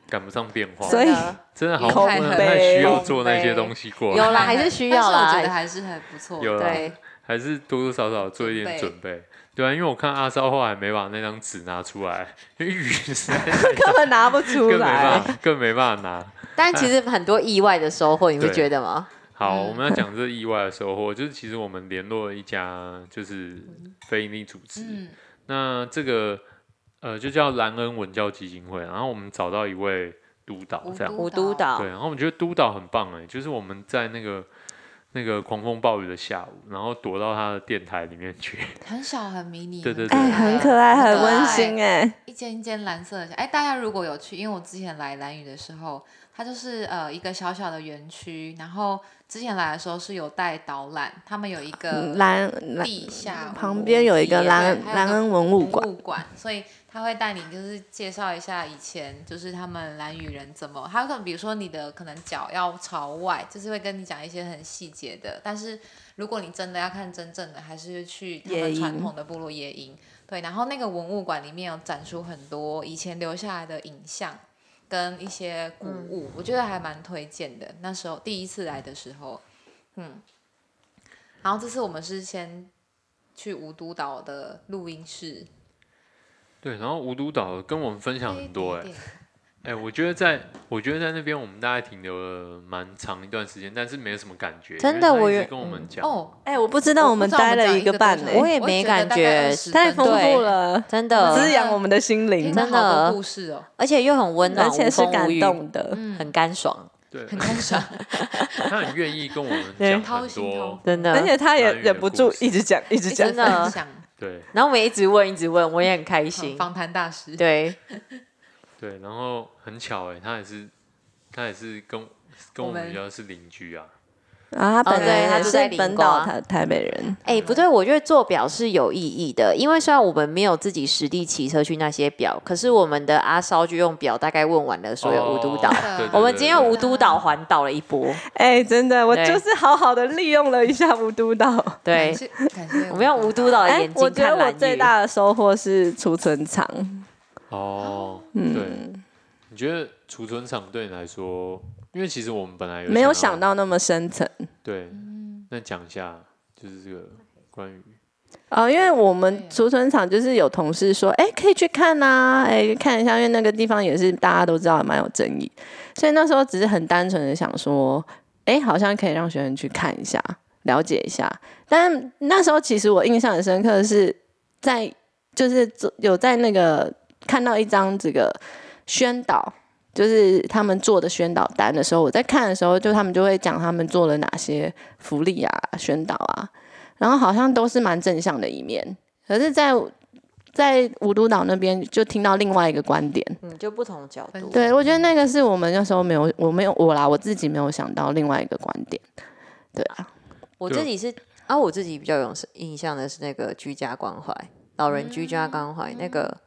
[SPEAKER 1] 赶不上变化，
[SPEAKER 3] 所以
[SPEAKER 2] 真的
[SPEAKER 1] 真的好
[SPEAKER 4] 空
[SPEAKER 1] 真的
[SPEAKER 3] 杯
[SPEAKER 1] 太需要
[SPEAKER 2] 空
[SPEAKER 1] 做那些
[SPEAKER 2] 杯
[SPEAKER 1] 东西过
[SPEAKER 2] 有
[SPEAKER 1] 来，
[SPEAKER 2] 啦还是需要
[SPEAKER 4] 但
[SPEAKER 2] 啦
[SPEAKER 4] 是我觉得还是很不错，
[SPEAKER 1] 有啦
[SPEAKER 2] 对
[SPEAKER 1] 还是多多少少做一点准
[SPEAKER 4] 准
[SPEAKER 1] 备。对啊，因为我看阿烧后来没把那张纸拿出来，因为雨实在
[SPEAKER 3] 根本拿不出
[SPEAKER 1] 更没
[SPEAKER 3] 来
[SPEAKER 1] 办。法，更没办法拿。
[SPEAKER 2] 但其
[SPEAKER 3] 哎
[SPEAKER 2] 实很多意外的收获，你会
[SPEAKER 1] 对
[SPEAKER 2] 觉得吗？
[SPEAKER 1] 好，
[SPEAKER 4] 嗯
[SPEAKER 1] 我们要讲这意外的收获，就是其实我们联络了一家就是非营利组织，
[SPEAKER 4] 嗯，
[SPEAKER 1] 那这个呃就叫兰恩文教基金会，然后我们找到一位督导
[SPEAKER 4] 无
[SPEAKER 1] 这样，
[SPEAKER 4] 督
[SPEAKER 2] 五都岛
[SPEAKER 1] 对，，然后我们觉得督导很棒哎，就是我们在那个那个狂风暴雨的下午，然后躲到他的电台里面去，
[SPEAKER 4] 很小很迷你，
[SPEAKER 1] 对对对
[SPEAKER 3] 哎，很可爱，很温馨哎。
[SPEAKER 4] 一间一间蓝色的小，哎，大家如果有去，因为我之前来蓝屿的时候，它就是呃一个小小的园区，然后之前来的时候是有带导览，他们有一个
[SPEAKER 3] 蓝嗯蓝
[SPEAKER 4] 地下
[SPEAKER 3] 旁边有一个
[SPEAKER 4] 对
[SPEAKER 3] 蓝
[SPEAKER 4] 还有
[SPEAKER 3] 蓝
[SPEAKER 4] 个
[SPEAKER 3] 恩文物
[SPEAKER 4] 博
[SPEAKER 3] 馆，
[SPEAKER 4] 物馆，所以他会带你就是介绍一下以前就是他们蓝雨人怎么，还有可能比如说你的可能脚要朝外，就是会跟你讲一些很细节的。但是如果你真的要看真正的，还是去他
[SPEAKER 3] 野
[SPEAKER 4] 们
[SPEAKER 3] 营
[SPEAKER 4] 传统的部落野营。对，然后那个文物馆里面有展出很多以前留下来的影像跟一些古
[SPEAKER 3] 嗯
[SPEAKER 4] 物，我觉得还蛮推荐的。那时候第一次来的时候，嗯，然后这次我们是先去无都岛的录音室，
[SPEAKER 1] 对，然后吴督导跟我们分享很多哎、
[SPEAKER 4] 对对
[SPEAKER 1] 哎、我觉得在，我觉得在那边我们大概停留了蛮长一段时间，但是没有什么感觉。
[SPEAKER 2] 真
[SPEAKER 1] 因为
[SPEAKER 2] 的
[SPEAKER 1] 他
[SPEAKER 2] 我
[SPEAKER 1] 一直
[SPEAKER 2] 有
[SPEAKER 1] 跟我们讲，
[SPEAKER 4] 哦，
[SPEAKER 3] 哎，我不知道我们待了一个
[SPEAKER 4] 哎我
[SPEAKER 3] 半呢
[SPEAKER 4] 不知道，
[SPEAKER 2] 我也没感觉
[SPEAKER 3] 太丰富，
[SPEAKER 4] 我
[SPEAKER 3] 了，
[SPEAKER 2] 真
[SPEAKER 3] 滋
[SPEAKER 2] 的，
[SPEAKER 3] 养我们的心
[SPEAKER 4] 觉得大概
[SPEAKER 2] 真
[SPEAKER 4] 20分钟听了
[SPEAKER 3] 灵，
[SPEAKER 2] 的
[SPEAKER 4] 好多故事哦，
[SPEAKER 2] 而且又很温暖，
[SPEAKER 3] 而且是
[SPEAKER 2] 无风
[SPEAKER 3] 感
[SPEAKER 2] 无雨，
[SPEAKER 3] 动的。
[SPEAKER 4] 嗯，
[SPEAKER 2] 很干爽，
[SPEAKER 1] 对，
[SPEAKER 4] 很感伤，
[SPEAKER 1] 他很愿意跟我们
[SPEAKER 3] 对
[SPEAKER 1] 讲
[SPEAKER 4] 掏
[SPEAKER 1] 很
[SPEAKER 4] 心掏
[SPEAKER 1] 多
[SPEAKER 4] 肺，
[SPEAKER 2] 真的。
[SPEAKER 3] 而且他也
[SPEAKER 1] 蓝雨的
[SPEAKER 3] 忍不住
[SPEAKER 1] 故事
[SPEAKER 3] 一直讲，一直
[SPEAKER 4] 一直
[SPEAKER 3] 讲
[SPEAKER 2] 真。的
[SPEAKER 4] 分享
[SPEAKER 1] 对
[SPEAKER 2] 然后我们一直问，一直问，我也很开嗯心。
[SPEAKER 4] 嗯访谈大师，
[SPEAKER 2] 对，
[SPEAKER 1] 对，然欸后很巧哎、他也是，他也是跟跟
[SPEAKER 4] 我
[SPEAKER 1] 我们
[SPEAKER 4] 们
[SPEAKER 1] 比较是邻居啊，
[SPEAKER 3] 啊，他
[SPEAKER 2] 哦
[SPEAKER 3] 本
[SPEAKER 2] 对
[SPEAKER 3] 来
[SPEAKER 2] 他
[SPEAKER 3] 也
[SPEAKER 2] 住
[SPEAKER 3] 是
[SPEAKER 2] 在
[SPEAKER 3] 本
[SPEAKER 2] 林
[SPEAKER 3] 岛
[SPEAKER 2] 瓜
[SPEAKER 3] 台台北人，
[SPEAKER 2] 哎、不对，我觉得做表是有意义的，因为虽然我们没有自己实地骑车去那些表，可是我们的阿烧就用表大概问完了所有
[SPEAKER 1] 哦
[SPEAKER 2] 无都岛。
[SPEAKER 1] 对对对
[SPEAKER 2] 我们今天
[SPEAKER 1] 对
[SPEAKER 2] 无都岛环岛了一波，
[SPEAKER 3] 哎，真的，我
[SPEAKER 2] 对
[SPEAKER 3] 就是好好的利用了一下无都岛。
[SPEAKER 2] 对，哎
[SPEAKER 4] 感谢
[SPEAKER 2] 我们用无都岛的眼
[SPEAKER 3] 我
[SPEAKER 2] 睛
[SPEAKER 3] 觉得
[SPEAKER 2] 看
[SPEAKER 3] 我
[SPEAKER 2] 蓝
[SPEAKER 3] 最
[SPEAKER 2] 屿。
[SPEAKER 3] 大的收获是储存仓，
[SPEAKER 1] 哦，对，你觉得储存厂对你来说，因为其实我们本来有
[SPEAKER 3] 没有想
[SPEAKER 1] 到，
[SPEAKER 3] 到那么深层。
[SPEAKER 1] 对，
[SPEAKER 4] 嗯
[SPEAKER 1] 那讲一下就是这个关于
[SPEAKER 3] 哦，因为我
[SPEAKER 4] 对
[SPEAKER 3] 们
[SPEAKER 4] 啊
[SPEAKER 3] 储存厂就是有同事说，哎、可以去看呐、哎、看一下，因为那个地方也是大家都知道蛮有争议，所以那时候只是很单纯的想说，哎、好像可以让学生去看一下，了解一下。但那时候其实我印象很深刻的是在就是有在那个看到一张这个宣导。就是他们做的宣导单的时候，我在看的时候，就他们就会讲他们做了哪些福利啊、宣导啊，然后好像都是蛮正向的一面，可是在，在五都岛那边就听到另外一个观点，
[SPEAKER 2] 嗯，就不同角度。
[SPEAKER 3] 对我觉得那个是我们那时候没有，我没有我啦，我自己没有想到另外一个观点，对啊，
[SPEAKER 2] 我
[SPEAKER 1] 对
[SPEAKER 2] 自己是啊，我自己比较有印象的是那个居家关怀，老人居家关怀、那个，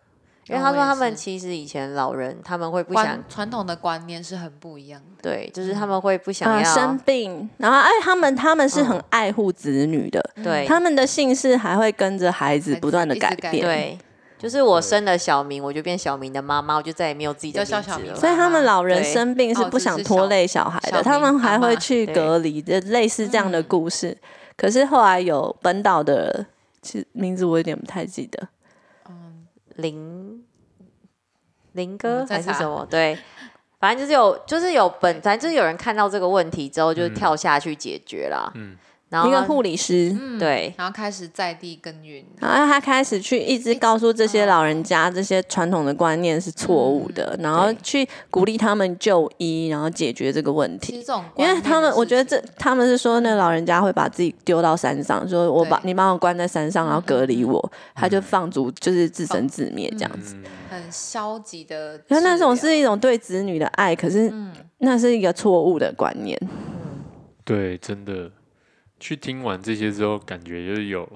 [SPEAKER 2] 因为
[SPEAKER 4] 哦
[SPEAKER 2] 他
[SPEAKER 4] 我
[SPEAKER 2] 说
[SPEAKER 4] 也
[SPEAKER 2] 他们
[SPEAKER 4] 是
[SPEAKER 2] 其实以前老人他们会不想
[SPEAKER 4] 观传统的观念是很不一样的。
[SPEAKER 2] 对，就是他们会不想
[SPEAKER 3] 啊、
[SPEAKER 2] 要、
[SPEAKER 3] 生病，然后哎，他们他们是很爱护子女的，
[SPEAKER 2] 对
[SPEAKER 3] 他们的姓氏还会跟着孩子不断的改
[SPEAKER 4] 孩子一直
[SPEAKER 3] 变，
[SPEAKER 4] 改
[SPEAKER 2] 对，就是我
[SPEAKER 1] 对
[SPEAKER 2] 生了小明，我就变小明的妈妈，我就再也没有自己的
[SPEAKER 4] 叫小
[SPEAKER 2] 名字
[SPEAKER 4] 小明
[SPEAKER 2] 了。
[SPEAKER 3] 所以他们老人
[SPEAKER 2] 对
[SPEAKER 3] 生病是
[SPEAKER 4] 哦
[SPEAKER 3] 不
[SPEAKER 4] 只
[SPEAKER 3] 想
[SPEAKER 4] 是
[SPEAKER 3] 拖
[SPEAKER 4] 小
[SPEAKER 3] 累小孩
[SPEAKER 4] 小
[SPEAKER 3] 的，他们
[SPEAKER 4] 病
[SPEAKER 3] 还
[SPEAKER 4] 阿
[SPEAKER 3] 会
[SPEAKER 4] 嬷
[SPEAKER 3] 去
[SPEAKER 2] 对
[SPEAKER 3] 隔离的，类似这样的
[SPEAKER 4] 嗯
[SPEAKER 3] 故事。可是后来有本岛的，其实名字我有点不太记得，
[SPEAKER 4] 嗯，
[SPEAKER 2] 林林
[SPEAKER 4] 我
[SPEAKER 2] 哥
[SPEAKER 4] 们再
[SPEAKER 2] 还是
[SPEAKER 4] 嗯查
[SPEAKER 2] 什么？对，反正就是有，就是有本，反正就是有人看到这个问题之后，就
[SPEAKER 1] 嗯
[SPEAKER 2] 跳下去解决啦。
[SPEAKER 1] 嗯
[SPEAKER 2] 然后
[SPEAKER 3] 一个
[SPEAKER 2] 他
[SPEAKER 3] 护理师。
[SPEAKER 4] 嗯
[SPEAKER 2] 对
[SPEAKER 4] 然后开始在地耕耘，
[SPEAKER 3] 然后他开始去一直告诉这
[SPEAKER 4] 嗯
[SPEAKER 3] 些老人家，这些传统的观念是错误的，然后去鼓励他们就医，然后解决这个问
[SPEAKER 4] 其
[SPEAKER 3] 题
[SPEAKER 4] 实。这种
[SPEAKER 3] 因
[SPEAKER 4] 观念的
[SPEAKER 3] 为
[SPEAKER 4] 事情，
[SPEAKER 3] 他们，我觉得这他们是说，那老人家会把自己丢到山上，说我把
[SPEAKER 4] 对嗯
[SPEAKER 3] 你把我关在山上，然后隔离我，他就放逐，就是自生自灭这样子。
[SPEAKER 1] 嗯，
[SPEAKER 4] 很消极的嗯治疗，
[SPEAKER 3] 因为那种是一种对子女的爱，可是那是一个错误的观念。
[SPEAKER 1] 对，真的去听完这些之后，感觉就是有，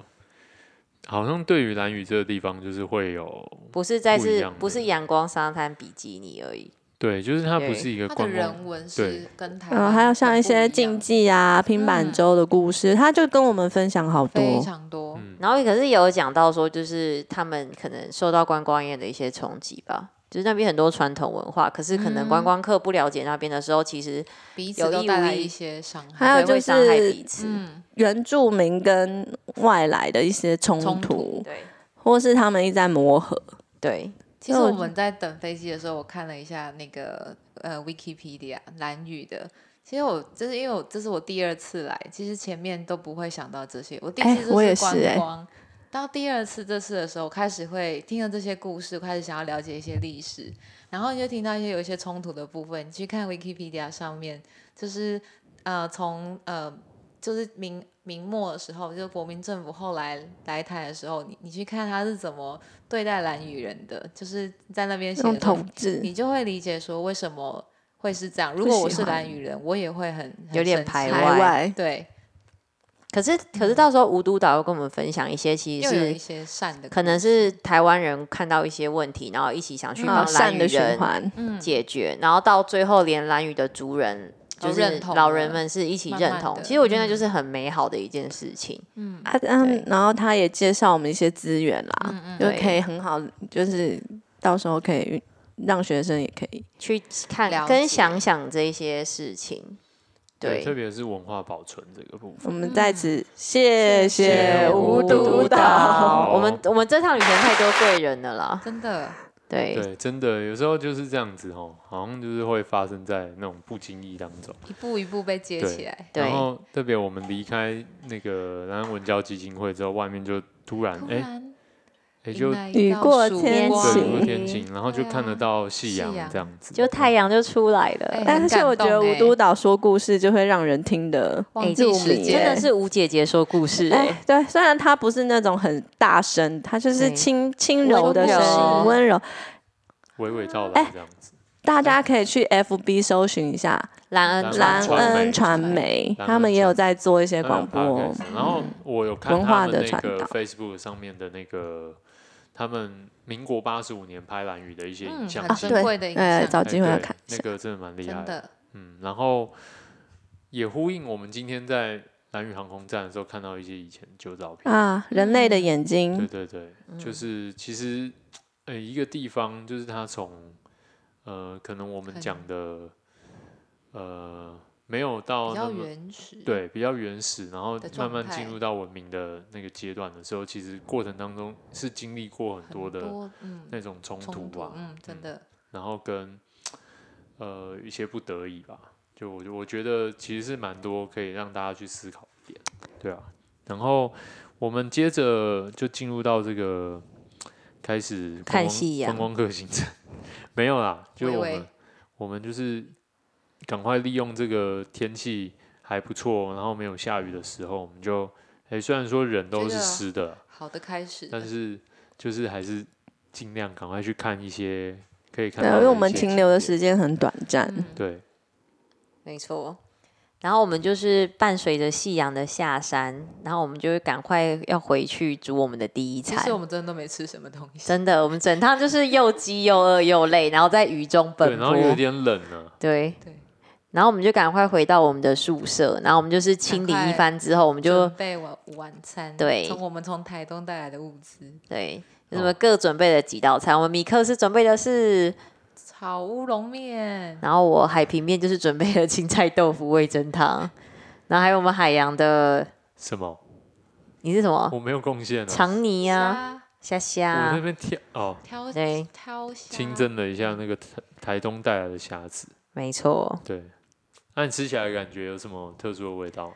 [SPEAKER 1] 好像对于蓝宇这个地方，就是会有，
[SPEAKER 2] 不是再
[SPEAKER 1] 不一
[SPEAKER 2] 是
[SPEAKER 1] 样的
[SPEAKER 2] 不是阳光沙滩比基尼而已，
[SPEAKER 1] 对，就是它不
[SPEAKER 2] 对
[SPEAKER 1] 是一个
[SPEAKER 4] 它的
[SPEAKER 1] 观
[SPEAKER 4] 人
[SPEAKER 1] 光，
[SPEAKER 4] 文
[SPEAKER 1] 对
[SPEAKER 4] 是跟台湾
[SPEAKER 3] 然后还有像一些
[SPEAKER 4] 很啊不样嗯
[SPEAKER 3] 竞技啊、平板舟的故事，他就跟我们分享好
[SPEAKER 4] 非
[SPEAKER 3] 多。
[SPEAKER 4] 常多，
[SPEAKER 1] 嗯
[SPEAKER 2] 然后可是也有讲到说，就是他们可能受到观光业的一些冲击吧，就是那边很多传统文化，可是可
[SPEAKER 4] 嗯
[SPEAKER 2] 能观光客不了解那边的时候，其实
[SPEAKER 4] 彼
[SPEAKER 2] 有
[SPEAKER 4] 此都
[SPEAKER 2] 意
[SPEAKER 4] 带
[SPEAKER 2] 无
[SPEAKER 4] 来
[SPEAKER 2] 意
[SPEAKER 4] 一些伤害，
[SPEAKER 3] 还有
[SPEAKER 2] 对会
[SPEAKER 3] 就
[SPEAKER 2] 伤害
[SPEAKER 3] 是
[SPEAKER 2] 彼此，
[SPEAKER 4] 嗯，
[SPEAKER 3] 原住民跟外来的一些冲突，
[SPEAKER 4] 冲突
[SPEAKER 2] 对
[SPEAKER 3] 或是他们一直在磨合。
[SPEAKER 2] 对，
[SPEAKER 4] 其
[SPEAKER 3] 那
[SPEAKER 4] 实
[SPEAKER 3] 我
[SPEAKER 4] 我
[SPEAKER 3] 就
[SPEAKER 4] 们在等飞机的时候，我看了一下那个呃 Wikipedia 蓝语的。其实我就是因为我这是我第二次来，其实前面都不会想到这些。我第一
[SPEAKER 3] 哎
[SPEAKER 4] 次
[SPEAKER 3] 我也
[SPEAKER 4] 就是
[SPEAKER 3] 哎
[SPEAKER 4] 观光，到第二次这次的时候，我开始会听了这些故事，开始想要了解一些历史，然后你就听到一些有一些冲突的部分。你去看 Wikipedia 上面，就是呃从呃就是明明末的时候，就是国民政府后来来台的时候，你你去看他是怎么对待兰屿人的，就是在那边写
[SPEAKER 3] 那
[SPEAKER 4] 的
[SPEAKER 3] 种
[SPEAKER 4] 时候
[SPEAKER 3] 统治，
[SPEAKER 4] 你就会理解说为什么会是这样。如果我是兰屿人，我也会很很
[SPEAKER 2] 有点
[SPEAKER 4] 生气
[SPEAKER 2] 排
[SPEAKER 3] 海外
[SPEAKER 4] 对，
[SPEAKER 2] 可是可是到时候吴督导又跟我们分享一些，其实
[SPEAKER 4] 嗯又有一
[SPEAKER 2] 是
[SPEAKER 4] 些善的故事，
[SPEAKER 2] 可能是台湾人看到一些问题，然后一起想去
[SPEAKER 3] 然
[SPEAKER 2] 帮
[SPEAKER 3] 后
[SPEAKER 2] 蓝
[SPEAKER 3] 善
[SPEAKER 2] 屿
[SPEAKER 3] 的循
[SPEAKER 2] 人
[SPEAKER 3] 环。
[SPEAKER 4] 嗯
[SPEAKER 2] 解决，然后到最后连蓝屿的族人。
[SPEAKER 4] 都
[SPEAKER 2] 就是
[SPEAKER 4] 认同
[SPEAKER 2] 老
[SPEAKER 4] 了
[SPEAKER 2] 人们是一起
[SPEAKER 4] 慢
[SPEAKER 2] 认
[SPEAKER 4] 慢
[SPEAKER 2] 同，
[SPEAKER 4] 地
[SPEAKER 2] 其实我觉得那
[SPEAKER 4] 嗯
[SPEAKER 2] 就是很美好的一件事情。
[SPEAKER 4] 嗯
[SPEAKER 3] 啊，嗯
[SPEAKER 2] 对，
[SPEAKER 3] 然后他也介绍我们一些资源啦，
[SPEAKER 4] 嗯嗯
[SPEAKER 3] 就
[SPEAKER 2] 对
[SPEAKER 3] 可以很好，就是到时候可以让学生也可以
[SPEAKER 2] 去看
[SPEAKER 4] 了
[SPEAKER 2] 跟
[SPEAKER 4] 解
[SPEAKER 2] 想想这些事情。对，
[SPEAKER 1] 特别是文化保存这个部分，
[SPEAKER 3] 我们在此
[SPEAKER 4] 谢
[SPEAKER 3] 谢谢
[SPEAKER 4] 谢
[SPEAKER 3] 无
[SPEAKER 4] 无
[SPEAKER 3] 毒
[SPEAKER 4] 毒
[SPEAKER 3] 岛
[SPEAKER 1] 岛。
[SPEAKER 2] 我们我们这趟旅程太多贵人了啦。
[SPEAKER 4] 真的
[SPEAKER 2] 对，
[SPEAKER 1] 对，真的有时候就是这样子哦，好像就是会发生在那种不经意当中。
[SPEAKER 4] 一步一步被接
[SPEAKER 1] 对嗯
[SPEAKER 4] 起来，
[SPEAKER 2] 对
[SPEAKER 1] 然后特别我们离开那个南安文教基金会之后，外面就突然
[SPEAKER 4] 突
[SPEAKER 1] 哎哎、
[SPEAKER 4] 然
[SPEAKER 1] 就
[SPEAKER 4] 迎来一
[SPEAKER 3] 雨
[SPEAKER 4] 道
[SPEAKER 3] 过
[SPEAKER 4] 曙
[SPEAKER 3] 天
[SPEAKER 4] 光
[SPEAKER 1] 对，如
[SPEAKER 3] 晴
[SPEAKER 1] 天晴，然后就
[SPEAKER 4] 对啊
[SPEAKER 1] 看得到夕
[SPEAKER 4] 夕
[SPEAKER 1] 阳
[SPEAKER 4] 阳
[SPEAKER 1] 这样子，
[SPEAKER 2] 就太阳就出来了。
[SPEAKER 4] 哎
[SPEAKER 3] 但是我觉
[SPEAKER 4] 很
[SPEAKER 3] 得
[SPEAKER 4] 感动
[SPEAKER 3] 无
[SPEAKER 4] 欸
[SPEAKER 3] 都岛说故事就会让人听得欸
[SPEAKER 4] 忘
[SPEAKER 2] 这
[SPEAKER 4] 记
[SPEAKER 2] 我
[SPEAKER 3] 入
[SPEAKER 2] 们
[SPEAKER 4] 时
[SPEAKER 3] 迷
[SPEAKER 4] 间
[SPEAKER 2] 真
[SPEAKER 3] 耶
[SPEAKER 2] 的是吴姐姐说故事哎、
[SPEAKER 3] 哎，对，虽然它不是那种很大声，它就是
[SPEAKER 2] 对
[SPEAKER 3] 轻轻柔的
[SPEAKER 2] 嗯温
[SPEAKER 3] 声
[SPEAKER 2] 柔
[SPEAKER 3] 音，温柔。
[SPEAKER 1] 娓娓道来这样子。
[SPEAKER 3] 大家可以去 FB 搜寻一下
[SPEAKER 2] 兰恩
[SPEAKER 1] 兰兰
[SPEAKER 3] 兰
[SPEAKER 1] 传媒
[SPEAKER 3] 恩传媒，
[SPEAKER 1] 传媒嗯
[SPEAKER 3] 他们也有在做一些
[SPEAKER 1] 还有
[SPEAKER 3] 广播嗯
[SPEAKER 1] podcast，。然后我有看
[SPEAKER 3] 文
[SPEAKER 1] 他
[SPEAKER 3] 化
[SPEAKER 1] 们
[SPEAKER 3] 的
[SPEAKER 1] 那
[SPEAKER 3] 传
[SPEAKER 1] 个
[SPEAKER 3] 导
[SPEAKER 1] Facebook 上面的那个他们民国八十五年拍蓝雨的一些影
[SPEAKER 4] 嗯，
[SPEAKER 1] 像
[SPEAKER 4] 很
[SPEAKER 1] 片
[SPEAKER 4] 珍贵的影
[SPEAKER 3] 哎
[SPEAKER 2] 呃
[SPEAKER 4] 响，
[SPEAKER 3] 找
[SPEAKER 1] 哎
[SPEAKER 3] 机会要
[SPEAKER 1] 对
[SPEAKER 3] 看一
[SPEAKER 1] 那
[SPEAKER 3] 下
[SPEAKER 1] 个真的蛮厉害
[SPEAKER 4] 真的
[SPEAKER 1] 嗯，然后也呼应我们今天在蓝屿航空站的时候看到一些以前旧照片。
[SPEAKER 3] 啊，人类的眼
[SPEAKER 1] 对
[SPEAKER 4] 嗯
[SPEAKER 3] 睛，
[SPEAKER 1] 对对，就是其实，呃，一个地方就是它从，呃，可能我们
[SPEAKER 4] 很
[SPEAKER 1] 讲的，呃，没有到
[SPEAKER 4] 比
[SPEAKER 1] 那
[SPEAKER 4] 较
[SPEAKER 1] 么
[SPEAKER 4] 原始。，
[SPEAKER 1] 对比较原始，然后
[SPEAKER 4] 的状
[SPEAKER 1] 慢慢进
[SPEAKER 4] 态
[SPEAKER 1] 入到文明的那个阶段的时候，其实过程当中是经历过很多的
[SPEAKER 4] 多嗯
[SPEAKER 1] 那种冲
[SPEAKER 4] 冲
[SPEAKER 1] 突
[SPEAKER 4] 突
[SPEAKER 1] 啊，
[SPEAKER 4] 嗯，真的
[SPEAKER 1] 然后跟呃一些不得已吧，就我我觉得其实是蛮多可以让大家去思考的点，对啊。然后我们接着就进入到这个开始观
[SPEAKER 2] 看
[SPEAKER 1] 光
[SPEAKER 2] 夕阳
[SPEAKER 1] 观光客行程， 没有啦，就
[SPEAKER 4] 微
[SPEAKER 1] 我
[SPEAKER 4] 微
[SPEAKER 1] 们我们就是赶快利用这个天气还不错，然后没有下雨的时候，我们就哎虽然说人都
[SPEAKER 4] 这
[SPEAKER 1] 是
[SPEAKER 4] 个
[SPEAKER 1] 湿的，
[SPEAKER 4] 好的开始。
[SPEAKER 1] 但是就是还是尽量赶快去看一些可以看
[SPEAKER 3] 对，
[SPEAKER 1] 到，
[SPEAKER 2] 啊
[SPEAKER 3] 因为我们停留的。时间很短暂，
[SPEAKER 4] 嗯
[SPEAKER 2] 嗯
[SPEAKER 1] 对，
[SPEAKER 2] 没错。然后我们就是伴随着夕阳的下山，然后我们就会赶快要回去煮我们的第一
[SPEAKER 4] 其
[SPEAKER 2] 餐。
[SPEAKER 4] 实我们真的都没吃什么东西，
[SPEAKER 2] 真的，我们整趟就是又饥又饿又累，然后在雨中
[SPEAKER 1] 对，
[SPEAKER 2] 奔
[SPEAKER 1] 然后有
[SPEAKER 2] 波。
[SPEAKER 1] 点冷啊呢、
[SPEAKER 2] 对
[SPEAKER 4] 对
[SPEAKER 2] 然后我们就赶快回到我们的宿舍，然后我们就是清理
[SPEAKER 4] 赶快
[SPEAKER 2] 一番之后，我们就
[SPEAKER 4] 准备晚晚餐，
[SPEAKER 2] 对
[SPEAKER 4] 从我们从台东带来的物资，
[SPEAKER 2] 对，
[SPEAKER 1] 哦
[SPEAKER 2] 我们各准备了几道菜。我们米克是准备的是，
[SPEAKER 4] 炒乌龙面，
[SPEAKER 2] 然后我海平面就是准备了青菜豆腐味噌汤，然后还有我们海洋的，
[SPEAKER 1] 什么？
[SPEAKER 2] 你是什么？
[SPEAKER 1] 我没有贡献啊！
[SPEAKER 2] 哦长泥啊，
[SPEAKER 4] 虾
[SPEAKER 2] 虾
[SPEAKER 1] 我
[SPEAKER 2] 虾
[SPEAKER 1] 那
[SPEAKER 2] 啊，
[SPEAKER 1] 边挑哦，
[SPEAKER 4] 挑
[SPEAKER 2] 对
[SPEAKER 4] 挑虾，
[SPEAKER 1] 清蒸了一下那个台台东带来的虾子。
[SPEAKER 2] 没错
[SPEAKER 1] 对，那、你吃起来感觉有什么特殊的味道吗？